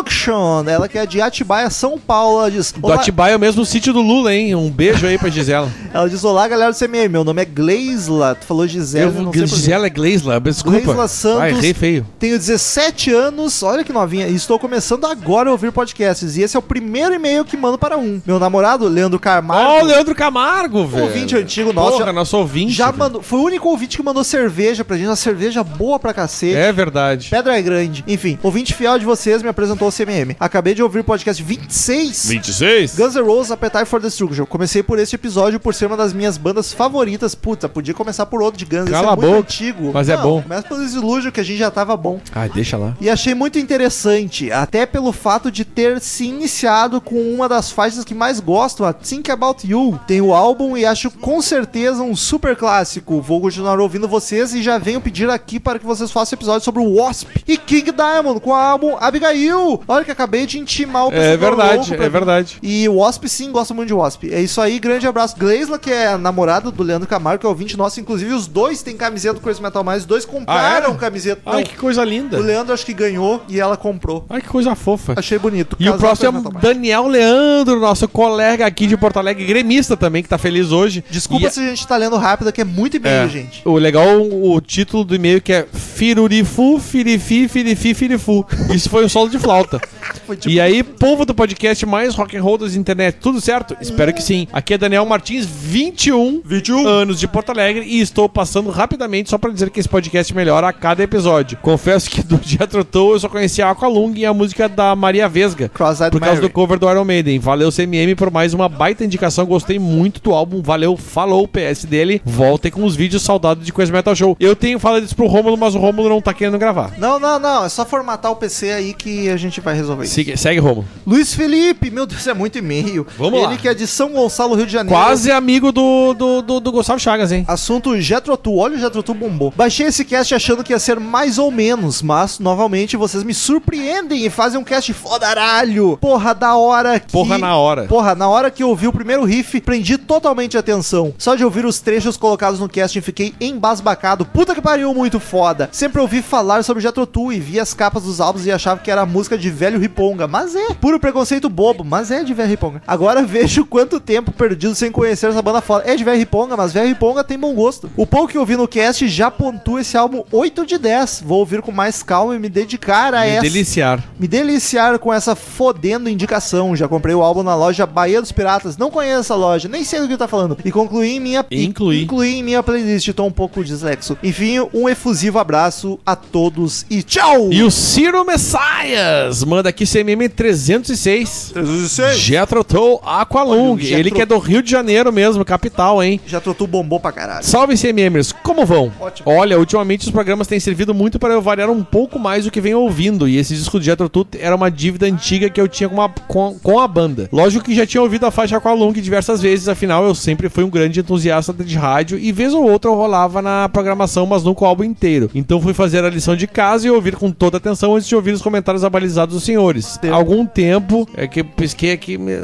B: Destruction. Ela que é de Atibaia, São Paulo. Ela diz:
C: Do Atibaia é o mesmo sítio do Lula, hein? Um beijo aí pra Gisela.
B: Ela diz: Olá, galera do CMM. Meu nome é Gleisla. Tu falou Gisela.
C: Eu-
B: não sei por quê.
C: Gisela é Gleisla, desculpa.
B: Gleisla Santos.
C: Ah, errei feio.
B: Tenho 17 anos, olha que novinha, e estou começando agora a ouvir podcasts. E esse é o primeiro e-mail que mando para um. Meu namorado, Leandro
C: Ó, o
B: Carmago,
C: Leandro Camargo, velho.
B: ouvinte antigo nosso,
C: Porra,
B: já-
C: nosso ouvinte.
B: já
C: velho.
B: mandou. Foi o único ouvinte que mandou cerveja pra gente, uma cerveja boa pra cacete.
C: É verdade.
B: Pedra é grande. Enfim, ouvinte fiel de vocês me apresentou o CMM. Acabei de ouvir o podcast 26.
H: 26?
B: Guns N' Roses Appetite for Destruction. Comecei por este episódio por ser uma das minhas bandas favoritas. Puta, podia começar por outro de Guns.
C: Cala a
B: muito
C: boca,
B: antigo.
C: mas é bom.
B: Começa pelo Desilusion, que a gente já tava bom.
C: Ai, deixa lá.
B: E achei muito interessante, até pelo fato de ter se iniciado com uma das faixas que mais gosto, a Think About You. Tem o álbum e acho com certeza um super clássico. Vou continuar ouvindo vocês e já venho pedir aqui para que vocês façam episódio sobre o Wasp e King Diamond com o álbum Abigail. Olha que acabei de intimar o
C: É
B: Pensador
C: verdade,
B: Louco pra
C: é verdade.
B: e o Wasp, sim, gosto muito de Wasp. É isso aí, grande abraço. Gleisla, que é a namorada do Leandro Camargo, que é ouvinte nosso. Inclusive, os dois têm camiseta do Crazy Metal Mais. Os dois compraram
C: Ah, é?
B: camiseta.
C: Ai,
B: Não,
C: que coisa
B: O
C: linda.
B: Leandro acho que ganhou e ela comprou.
C: Ai, que coisa fofa.
B: Achei bonito.
C: E o
B: Casal Crazy
C: próximo é
B: Metal
C: o
B: Mais.
C: Daniel Leandro, nosso colega aqui de Porto Alegre, gremista também, que tá feliz hoje.
B: Desculpa
C: E-
B: se a gente tá lendo rápido, é que é muito e-mail,
C: É.
B: gente.
C: O legal, o título do e-mail que é Firurifu, Firifi, Firifi, Firifu. Isso foi um solo de flauta.
B: Foi tipo-
C: E aí, povo do podcast mais rock and roll das internet, tudo certo? Espero que sim. Aqui é Daniel Martins, 21,
B: 21.
C: anos de Porto Alegre e estou passando rapidamente só pra dizer que esse podcast melhora a cada episódio. Confesso que do dia trotou eu só conheci a Aqualung e a música da Maria Vesga.
B: Cross-eyed
C: Por causa
B: Mary.
C: do cover do Iron Maiden. Valeu, CMM, por mais uma baita indicação. Gostei muito do álbum. Valeu, falou o PS dele. Voltem com os vídeos saudado de Coisa Metal Show. Eu tenho falado isso pro Rômulo, mas o Rômulo não tá querendo gravar.
B: Não, não, não. É só formatar o PC aí que a gente vai resolver isso.
C: Segue, segue Rômulo.
B: Luiz Felipe, meu Deus, é muito e-mail.
C: Vamos
B: Ele
C: lá.
B: que é de São Gonçalo, Rio de Janeiro.
C: Quase amigo do, do, do, do Gustavo Chagas, hein?
B: Assunto Jetrotu, olha o Jetrotu bombou. Baixei esse cast achando que ia ser mais ou menos, mas novamente vocês me surpreendem e fazem um cast fodaralho. Porra da hora que...
C: Porra na hora.
B: Porra, na hora que eu ouvi o primeiro riff, prendi totalmente a atenção. Só de ouvir os trechos colocados no casting, fiquei embasbacado. Puta que pariu, muito foda. Sempre ouvi falar sobre Jetrotu e vi as capas dos álbuns e achava que era música de velho riponga. Mas é, puro preconceito bobo, mas é de velho riponga. Agora vejo quanto tempo perdido sem conhecer essa banda fora. É de velho riponga, mas velho riponga tem bom gosto. O pouco que eu vi no cast já pontua esse álbum 8 de 10. Vou ouvir com mais calma e me dedicar a
C: Me
B: essa
C: deliciar.
B: me deliciar com essa fodendo indicação. Já comprei o álbum na loja Bahia dos Piratas. Não conheço essa loja, nem sei do que tá falando. E concluí em minha e-
C: Incluí.
B: incluí em minha playlist. Tô um pouco dislexo. Enfim, um efusivo abraço a todos e tchau.
C: E o Ciro Messias manda aqui CMM 306.
B: é-
C: Jetro Toe Aqualung.
B: Olha, o Jethro-
C: Ele que é do Rio de Janeiro mesmo, capital, hein?
B: Já trotou bombou pra caralho.
C: Salve CMMers, como vão?
B: Ótimo.
C: Olha, ultimamente os programas têm servido muito para eu variar um pouco mais o que venho ouvindo, e esse disco de Jethro Tull era uma dívida antiga que eu tinha com, uma- com- com a banda. Lógico que já tinha ouvido a faixa com a Long diversas vezes, afinal eu sempre fui um grande entusiasta de rádio e vez ou outra eu rolava na programação, mas nunca o álbum inteiro. Então fui fazer a lição de casa e ouvir com toda atenção antes de ouvir os comentários abalizados dos senhores. Há algum tempo, é que eu pesquei aqui, me-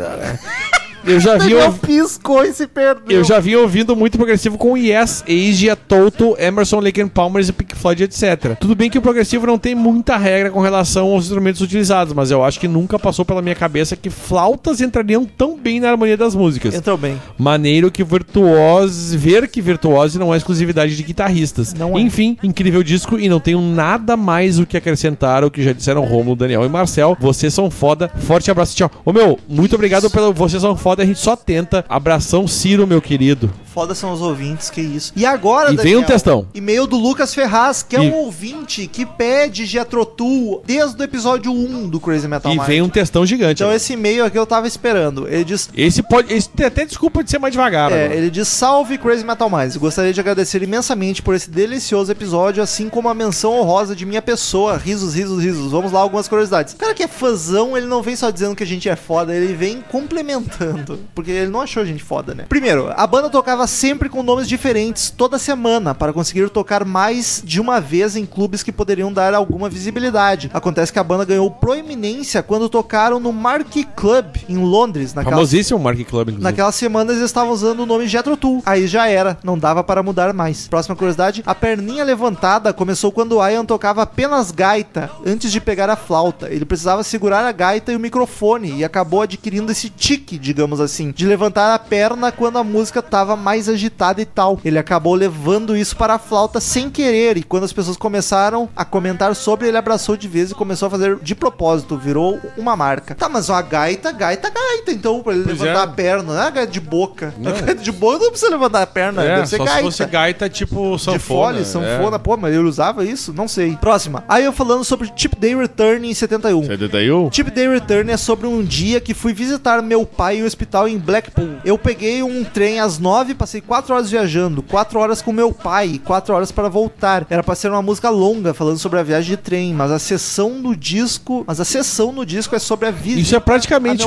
C: eu já vi
B: Daniel piscou e se perdeu.
C: eu já vinha ouvindo muito progressivo com Yes, Asia, Toto, Emerson, Lake and Palmer e Pink Floyd, etc. Tudo bem que o progressivo não tem muita regra com relação aos instrumentos utilizados, mas eu acho que nunca passou pela minha cabeça que flautas entrariam tão bem na harmonia das músicas.
B: Entrou bem.
C: Maneiro que virtuose. Ver que virtuose não é exclusividade de guitarristas.
B: Não é.
C: Enfim, incrível disco e não tenho nada mais o que acrescentar ao que já disseram Romulo, Daniel e Marcel. Vocês são foda. Forte abraço, tchau. Ô meu, muito obrigado pelo. Vocês são foda, a gente só tenta. Abração, Ciro, meu querido.
B: Foda são os ouvintes, que isso. E agora,
C: E vem um textão.
B: E-mail do Lucas Ferraz, que é
C: E-
B: um ouvinte que pede Jetrotu desde o episódio 1 do Crazy Metal
C: e
B: Mind.
C: vem um textão gigante.
B: Então esse e-mail aqui eu tava esperando. Ele diz
C: Esse pode. Esse tem até desculpa de ser mais devagar.
B: É,
C: agora.
B: ele diz salve Crazy Metal Minds. Gostaria de agradecer imensamente por esse delicioso episódio, assim como a menção honrosa de minha pessoa. Risos, risos, risos. Vamos lá, algumas curiosidades. O cara que é fãzão, ele não vem só dizendo que a gente é foda, ele vem complementando. Porque ele não achou a gente foda, né? Primeiro, a banda tocava sempre com nomes diferentes toda semana para conseguir tocar mais de uma vez em clubes que poderiam dar alguma visibilidade. Acontece que a banda ganhou proeminência quando tocaram no Marquee Club em Londres, naquela
C: Famosíssimo Mark Club, inclusive.
B: Naquelas semanas eles estavam usando o nome Jethro Tull. Aí já era, não dava para mudar mais. Próxima curiosidade, a perninha levantada começou quando Ian tocava apenas gaita, antes de pegar a flauta. Ele precisava segurar a gaita e o microfone e acabou adquirindo esse tique, digamos assim, de levantar a perna quando a música estava mais agitada e tal. Ele acabou levando isso para a flauta sem querer e quando as pessoas começaram a comentar sobre, ele abraçou de vez e começou a fazer de propósito, virou uma marca. Tá, mas a gaita, gaita, gaita, então, pra ele
C: Pois
B: levantar
C: é.
B: a perna, não é a gaita de boca. A gaita de boca não precisa levantar a perna,
C: É,
B: deve ser
C: só se
B: gaita.
C: fosse gaita tipo sanfona.
B: De fole, sanfona,
C: é.
B: pô, mas ele usava isso? Não sei. Próxima. Aí eu falando sobre Chip Day Return em 71.
H: Você é 71?
B: Tip Day Return é sobre um dia que fui visitar meu pai em um hospital em Blackpool. Eu peguei um trem às 9, passei 4 horas viajando, 4 horas com meu pai e 4 horas para voltar. Era pra ser uma música longa falando sobre a viagem de trem, mas a sessão do disco, mas a sessão no disco é sobre a vida.
C: Isso é praticamente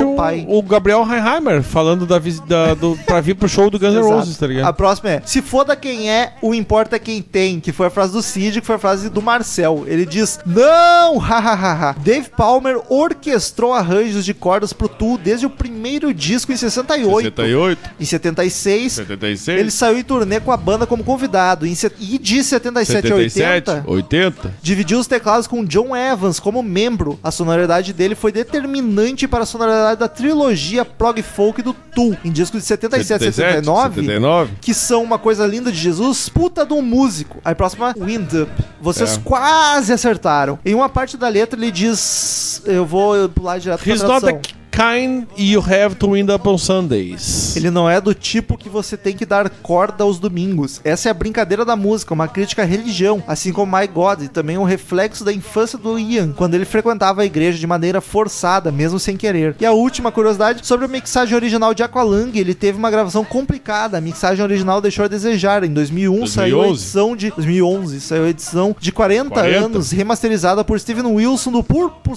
B: Ah, meu
C: o,
B: pai.
C: o Gabriel Reinheimer falando da, visi- da, do, pra vir pro show do Guns N'
B: Exato.
C: Roses, tá
B: A
C: ligado?
B: próxima é: Se foda quem é, o importa é quem tem. Que foi a frase do Cid, que foi a frase do Marcel. Ele diz: Não! Hahaha! Dave Palmer orquestrou arranjos de cordas pro Tu desde o primeiro disco em 68.
C: 68,
B: Em 76,
C: 76,
B: ele saiu em turnê com a banda como convidado. Em se- E é de 77 a 80,
C: 80.
B: dividiu os teclados com John Evans como membro. A sonoridade dele foi determinante para a sonoridade da trilogia prog folk do Tool, em discos de 77 a 79.
C: 79.
B: Que são uma coisa linda de Jesus, puta de um músico. Aí próxima, Wind Up. Vocês
C: É.
B: quase acertaram. Em uma parte da letra ele diz. Eu vou pular direto pra
C: He's not
B: tradução.
C: the kind you have to wind up on Sundays.
B: Ele não é do tipo que você tem que dar corda aos domingos. Essa é a brincadeira da música, uma crítica à religião, assim como My God, e também um reflexo da infância do Ian, quando ele frequentava a igreja de maneira forçada, mesmo sem querer. E a última curiosidade, sobre a mixagem original de Aqualung, ele teve uma gravação complicada, a mixagem original deixou a desejar. Em 2001 saiu a
C: 2011?
B: edição de... 2011, saiu a edição de 40,
C: 40?
B: anos, remasterizada por Steven Wilson do Porcupine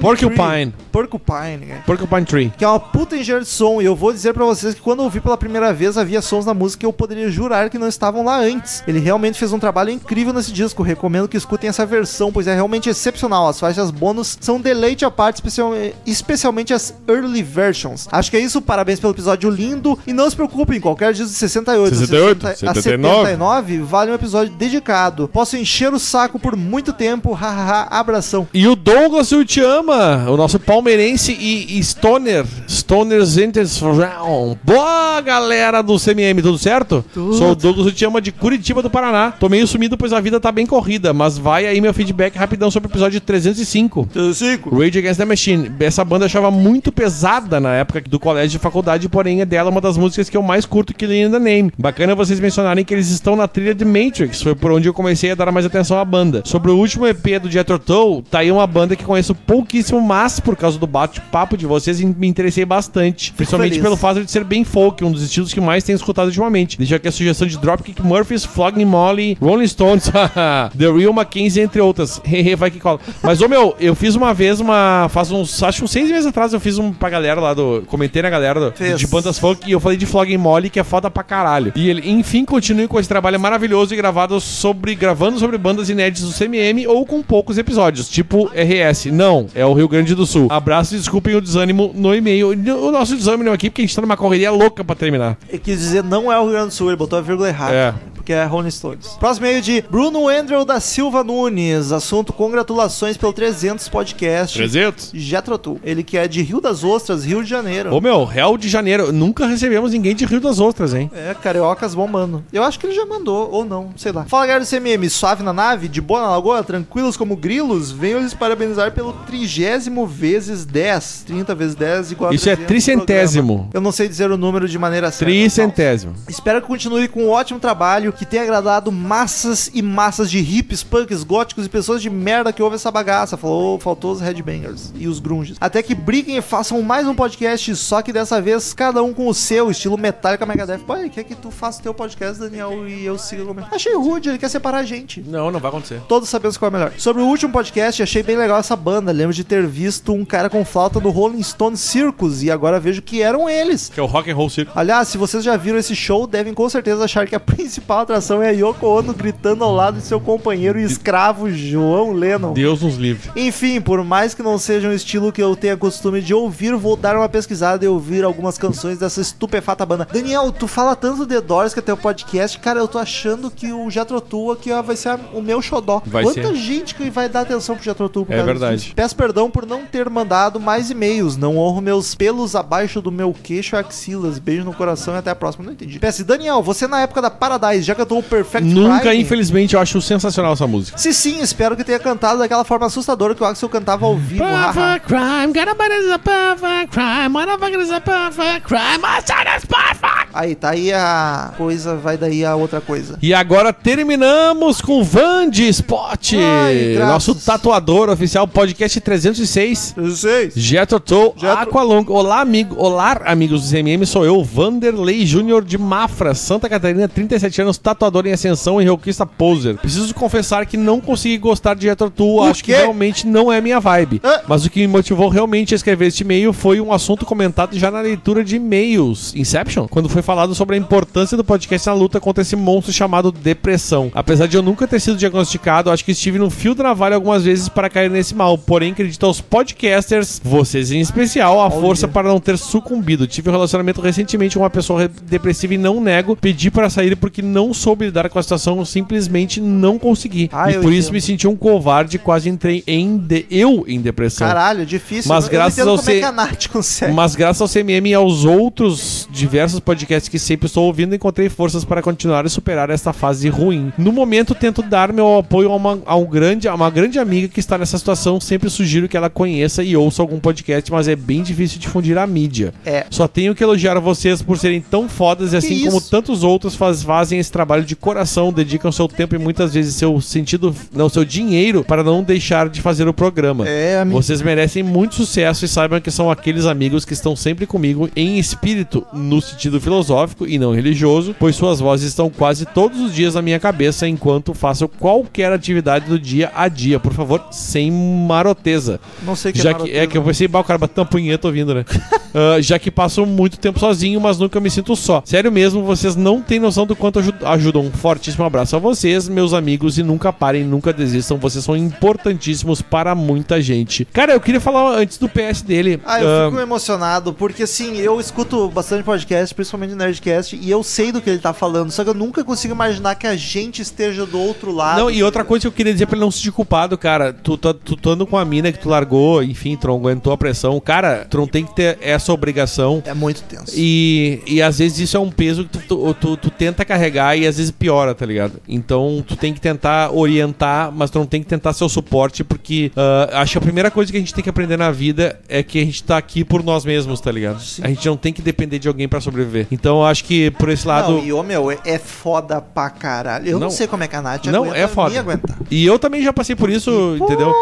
C: Porcupine.
B: Tree. Porcupine, é
C: Porcupine Tree.
B: que é uma puta engenharia de som. E eu vou dizer pra vocês que quando eu ouvi pela primeira vez, havia sons na música que eu poderia jurar que não estavam lá antes. Ele realmente fez um trabalho incrível nesse disco. Recomendo que escutem essa versão, pois é realmente excepcional. As faixas bônus são um deleite à parte, especial- especialmente as early versions. Acho que é isso. Parabéns pelo episódio lindo. E não se preocupem, qualquer disco de 68,
C: 68,
B: a 60 a
C: 79.
B: 79 vale um episódio dedicado. Posso encher o saco por muito tempo. Hahaha, abração.
C: E o Douglas o Te Ama, o nosso palmeirense e, e stoner, Stoner's Interround. Boa, galera do CMM, tudo certo? Sou o Douglas o Te Ama de Curitiba do Paraná. Tô meio sumido, pois a vida tá bem corrida, mas vai aí meu feedback rapidão sobre o episódio 305.
B: 35.
C: Rage Against the Machine. Essa banda eu achava muito pesada na época do colégio de faculdade, porém é dela uma das músicas que eu mais curto que Lane in the Name. Bacana vocês mencionarem que eles estão na trilha de Matrix, foi por onde eu comecei a dar mais atenção à banda. Sobre o último EP do Jethro Tull, tá aí uma banda que conheço pouquíssimo, mas por causa do bate-papo de vocês me interessei bastante. Principalmente
B: feliz.
C: pelo fato de ser bem folk, um dos estilos que mais tenho escutado ultimamente. Deixa aqui a sugestão de Dropkick Murphys, Flogging Molly, Rolling Stones, The Real Mackenzie, entre outras. Hehe, vai que cola. Mas, ô meu, eu fiz uma vez uma. Faz uns. Acho que uns seis meses atrás eu fiz um pra galera lá do. Comentei na galera do-
B: Fez.
C: de bandas folk e eu falei de Flogging Molly, que é foda pra caralho. E ele, enfim, continue com esse trabalho maravilhoso e gravado sobre. gravando sobre bandas inéditas do CMM ou com poucos episódios, tipo RS. Não, é o Rio Grande do Sul. Abraço e desculpem o desânimo no e-mail. O nosso desânimo aqui, porque a gente tá numa correria louca pra terminar.
B: Ele quis dizer não é o Rio Grande do Sul, ele botou a vírgula errada.
C: É.
B: Porque é Rolling Stones. Próximo meio de Bruno Andrew da Silva Nunes. Assunto: congratulações pelo 300 podcast.
C: 300?
B: Jetrotu. Ele que é de Rio das Ostras, Rio de Janeiro.
C: Ô meu, Real de Janeiro, nunca recebemos ninguém de Rio das Ostras, hein?
B: É, cariocas bombando. Eu acho que ele já mandou, ou não, sei lá. Fala, galera do CMM, suave na nave, de boa na lagoa, tranquilos como grilos, venho lhes parabenizar pelo trigésimo vezes 10. 30 vezes 10 igual a
C: Isso é
B: 300
C: tricentésimo.
B: programa. Eu não sei dizer o número de maneira certa.
C: Tricentésimo.
B: Espero que continue com um ótimo trabalho que tenha agradado massas e massas de hips, punks, góticos e pessoas de merda que ouvem essa bagaça. Falou, faltou os headbangers e os grunges. Até que briguem e façam mais um podcast, só que dessa vez cada um com o seu, estilo Metallica Megadeth. Pô, ele quer que tu faça o teu podcast, Daniel, e eu siga o meu. Achei rude, ele quer separar a gente.
C: Não, não vai acontecer.
B: Todos sabemos qual é o melhor. Sobre o último podcast, achei bem legal essa banda. Lembro de ter visto um cara com flauta do Rolling Stone Circus e agora vejo que eram eles.
C: Que é o Rock and Roll Circo.
B: Aliás, se vocês já viram esse show, devem com certeza achar que a principal atração é a Yoko Ono gritando ao lado de seu companheiro e escravo João Lennon.
C: Deus nos livre.
B: Enfim, por mais que não seja um estilo que eu tenha costume de ouvir, vou dar uma pesquisada e ouvir algumas canções dessa estupefata banda. Daniel, tu fala tanto de Doors que é teu podcast, cara, eu tô achando que o Jatrotua que ó, vai ser a- o meu xodó.
C: Vai
B: Quanta
C: ser.
B: gente que vai dar atenção pro Jatrotua por
C: É
B: causa disso?
C: verdade.
B: Peço perdão por não ter mandado mais e-mails, não honro meus pelos abaixo do meu queixo e axilas. Beijo no coração e até a próxima. Não entendi. PS, Daniel, você na época da Paradise já cantou o Perfect
C: Nunca,
B: Friday?
C: infelizmente, eu acho sensacional essa música.
B: Se sim, espero que tenha cantado daquela forma assustadora que o Axel cantava ao
C: Hum.
B: vivo.
C: Tipo,
B: haha.
G: Perfect crime, got a perfect crime, motherfucker is a perfect crime, I said it's perfect!
B: aí, tá aí a coisa, vai daí a outra coisa.
C: E agora terminamos com o Van de Spot,
B: Ai, graças.
C: nosso tatuador oficial, podcast 306.
B: Eu sei.
C: Jetotô,
B: Jetro-
C: Aqualong. Olá, amigo. Olá, amigos do CMM. Sou eu, Vanderlei Júnior de Mafra, Santa Catarina, 37 anos, tatuador em ascensão e roquista poser. Preciso confessar que não consegui gostar de Jetotô. Acho que
B: quê?
C: realmente não é minha vibe.
B: Ah.
C: Mas o que me motivou realmente a escrever este e-mail foi um assunto comentado já na leitura de e-mails. Inception? Quando foi foi falado sobre a importância do podcast na luta contra esse monstro chamado depressão. Apesar de eu nunca ter sido diagnosticado, acho que estive num fio da navalha algumas vezes para cair nesse mal. Porém, acredito aos podcasters, vocês em especial, a força para não ter sucumbido. Tive um relacionamento recentemente com uma pessoa re- depressiva e não nego. Pedi para sair porque não soube lidar com a situação, simplesmente não consegui.
B: Ah,
C: e
B: eu
C: por isso
B: entendo.
C: me senti um covarde, quase entrei em de- eu em depressão.
B: Caralho, é difícil.
C: Mas
B: eu
C: graças
B: não entendo
C: ao
B: como
C: ser-
B: é que a Nath consegue.
C: Mas graças ao CMM e aos outros diversos podcasts que sempre estou ouvindo, encontrei forças para continuar e superar esta fase ruim. No momento, tento dar meu apoio a uma, a um grande, a uma grande amiga que está nessa situação. Sempre sugiro que ela conheça e ouça algum podcast, mas é bem difícil difundir à mídia.
B: É.
C: Só tenho que elogiar vocês por serem tão fodas e assim
B: isso?
C: como tantos outros faz- fazem esse trabalho de coração, dedicam seu tempo e muitas vezes seu sentido, não, seu dinheiro para não deixar de fazer o programa.
B: É, amigo.
C: Vocês merecem muito sucesso e saibam que são aqueles amigos que estão sempre comigo em espírito, no sentido filosófico e não religioso, pois suas vozes estão quase todos os dias na minha cabeça enquanto faço qualquer atividade do dia a dia. Por favor, sem maroteza.
B: Não sei o que tá
C: Já que,
B: Naruto-
C: é que eu pensei, bah, o cara bateu uma punheta ouvindo, né? Ah, já que passo muito tempo sozinho, mas nunca me sinto só. Sério mesmo, vocês não têm noção do quanto aju- ajudam. Um fortíssimo abraço a vocês, meus amigos, e nunca parem, nunca desistam. Vocês são importantíssimos para muita gente. Cara, eu queria falar antes do PS dele.
B: Ah, eu
C: ah,
B: fico emocionado, porque assim, eu escuto bastante podcast, principalmente Nerdcast, e eu sei do que ele tá falando, só que eu nunca consigo imaginar que a gente esteja do outro lado.
C: Ah, Não, e outra coisa que eu queria dizer pra ele não se sentir culpado, cara. Tu, tá tu, tu anda com a mina que tu largou, enfim, tu não aguentou a pressão. Cara, tu não tem que ter essa obrigação.
B: É muito tenso.
C: E, e às vezes isso é um peso que tu, tu, tu- tu tenta carregar e às vezes piora, tá ligado? Então tu tem que tentar orientar, mas tu não tem que tentar ser o suporte, porque ah, acho que a primeira coisa que a gente tem que aprender na vida é que a gente tá aqui por nós mesmos, tá ligado? A gente não tem que depender de alguém pra sobreviver. Então eu acho que por esse lado.
B: Não, e ô meu, é, é foda pra caralho. Eu não,
C: Não.
B: sei como é que a Nath
C: Não,
B: aguenta
C: é foda.
B: me aguentar.
C: E eu também já passei por isso, entendeu?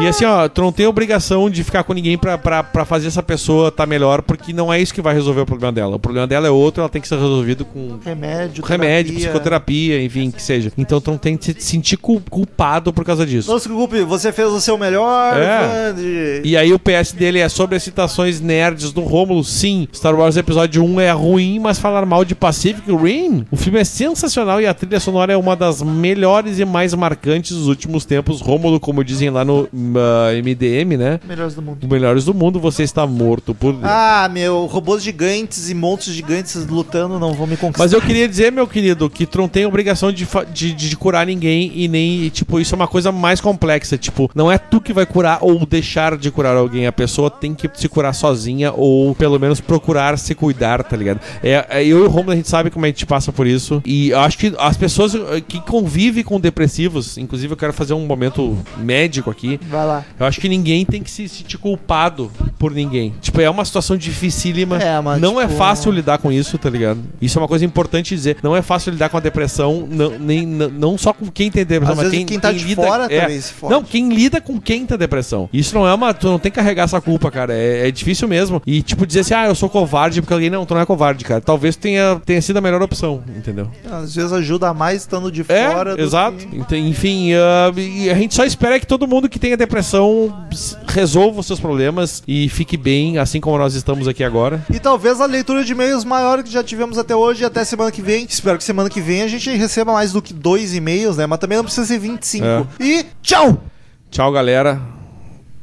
C: E assim, ó, tu não tem obrigação de ficar com ninguém pra, pra, pra fazer essa pessoa tá melhor, porque não é isso que vai resolver o problema dela. O problema dela é outro, ela tem que ser resolvido com
B: Remédio,
C: remédio,
B: terapia.
C: psicoterapia, enfim, que seja. Então tu não tem que se sentir cul- culpado por causa disso.
B: Não se preocupe, você fez o seu melhor,
C: É.
B: Vande.
C: E aí o PS dele é sobre as citações nerds do Rômulo. Sim, Star Wars Episódio 1 é ruim, mas falar mal de Pacific Rim? O filme é sensacional e a trilha sonora é uma das melhores e mais marcantes dos últimos tempos. Rômulo, como dizem lá no ah, MDM, né?
B: Melhores do mundo.
C: Os melhores do mundo, você está morto por dentro.
B: Ah, meu, robôs gigantes e monstros gigantes lutando não vão me conquistar.
C: Mas eu queria dizer, meu querido, que tu não tem obrigação de, fa- de, de- de curar ninguém e nem, e, tipo, isso é uma coisa mais complexa. Tipo, não é tu que vai curar ou deixar de curar alguém. A pessoa tem que se curar sozinha ou pelo menos procurar se cuidar, tá ligado? É, é, eu e o Romulo, a gente sabe como a gente passa por isso. E eu acho que as pessoas eh, que convivem com depressivos, inclusive eu quero fazer um momento médico aqui.
B: Vai lá.
C: Eu acho que ninguém tem que se sentir culpado por ninguém. Tipo, é uma situação dificílima.
B: É, mas,
C: não é
B: tipo,
C: fácil lidar com isso, tá ligado? Isso é uma coisa importante dizer. Não é fácil lidar com a depressão, não, nem, não, não só com quem tem depressão,
B: Às
C: mas
B: vezes
C: quem,
B: quem tá de fora
C: é.
B: também se fode.
C: Não, quem lida com quem tá depressão. Isso não é uma. Tu não tem que carregar essa culpa, cara. É, é difícil mesmo. E, tipo, dizer assim, ah, eu sou covarde porque alguém. Não, tu não é covarde, cara. Talvez tenha, tenha sido a melhor opção, entendeu?
B: Às vezes ajuda mais estando de
C: É,
B: fora. do
C: exato.
B: que-
C: Ent- Enfim, ah, e a gente só espera que todo mundo que tenha depressão s- resolva os seus problemas e fique bem, assim como nós estamos aqui agora.
B: E talvez a leitura de e-mails maior que já tivemos até hoje e até semana que vem. Espero que semana que vem a gente receba mais do que dois e-mails, né? Mas também não precisa ser 25.
C: É.
B: E tchau!
C: Tchau, galera.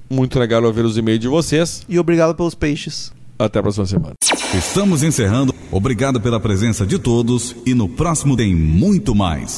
C: Muito legal ouvir os e-mails de vocês.
B: E obrigado pelos peixes.
C: Até a próxima semana.
I: Estamos encerrando. Obrigado pela presença de todos e no próximo tem muito mais.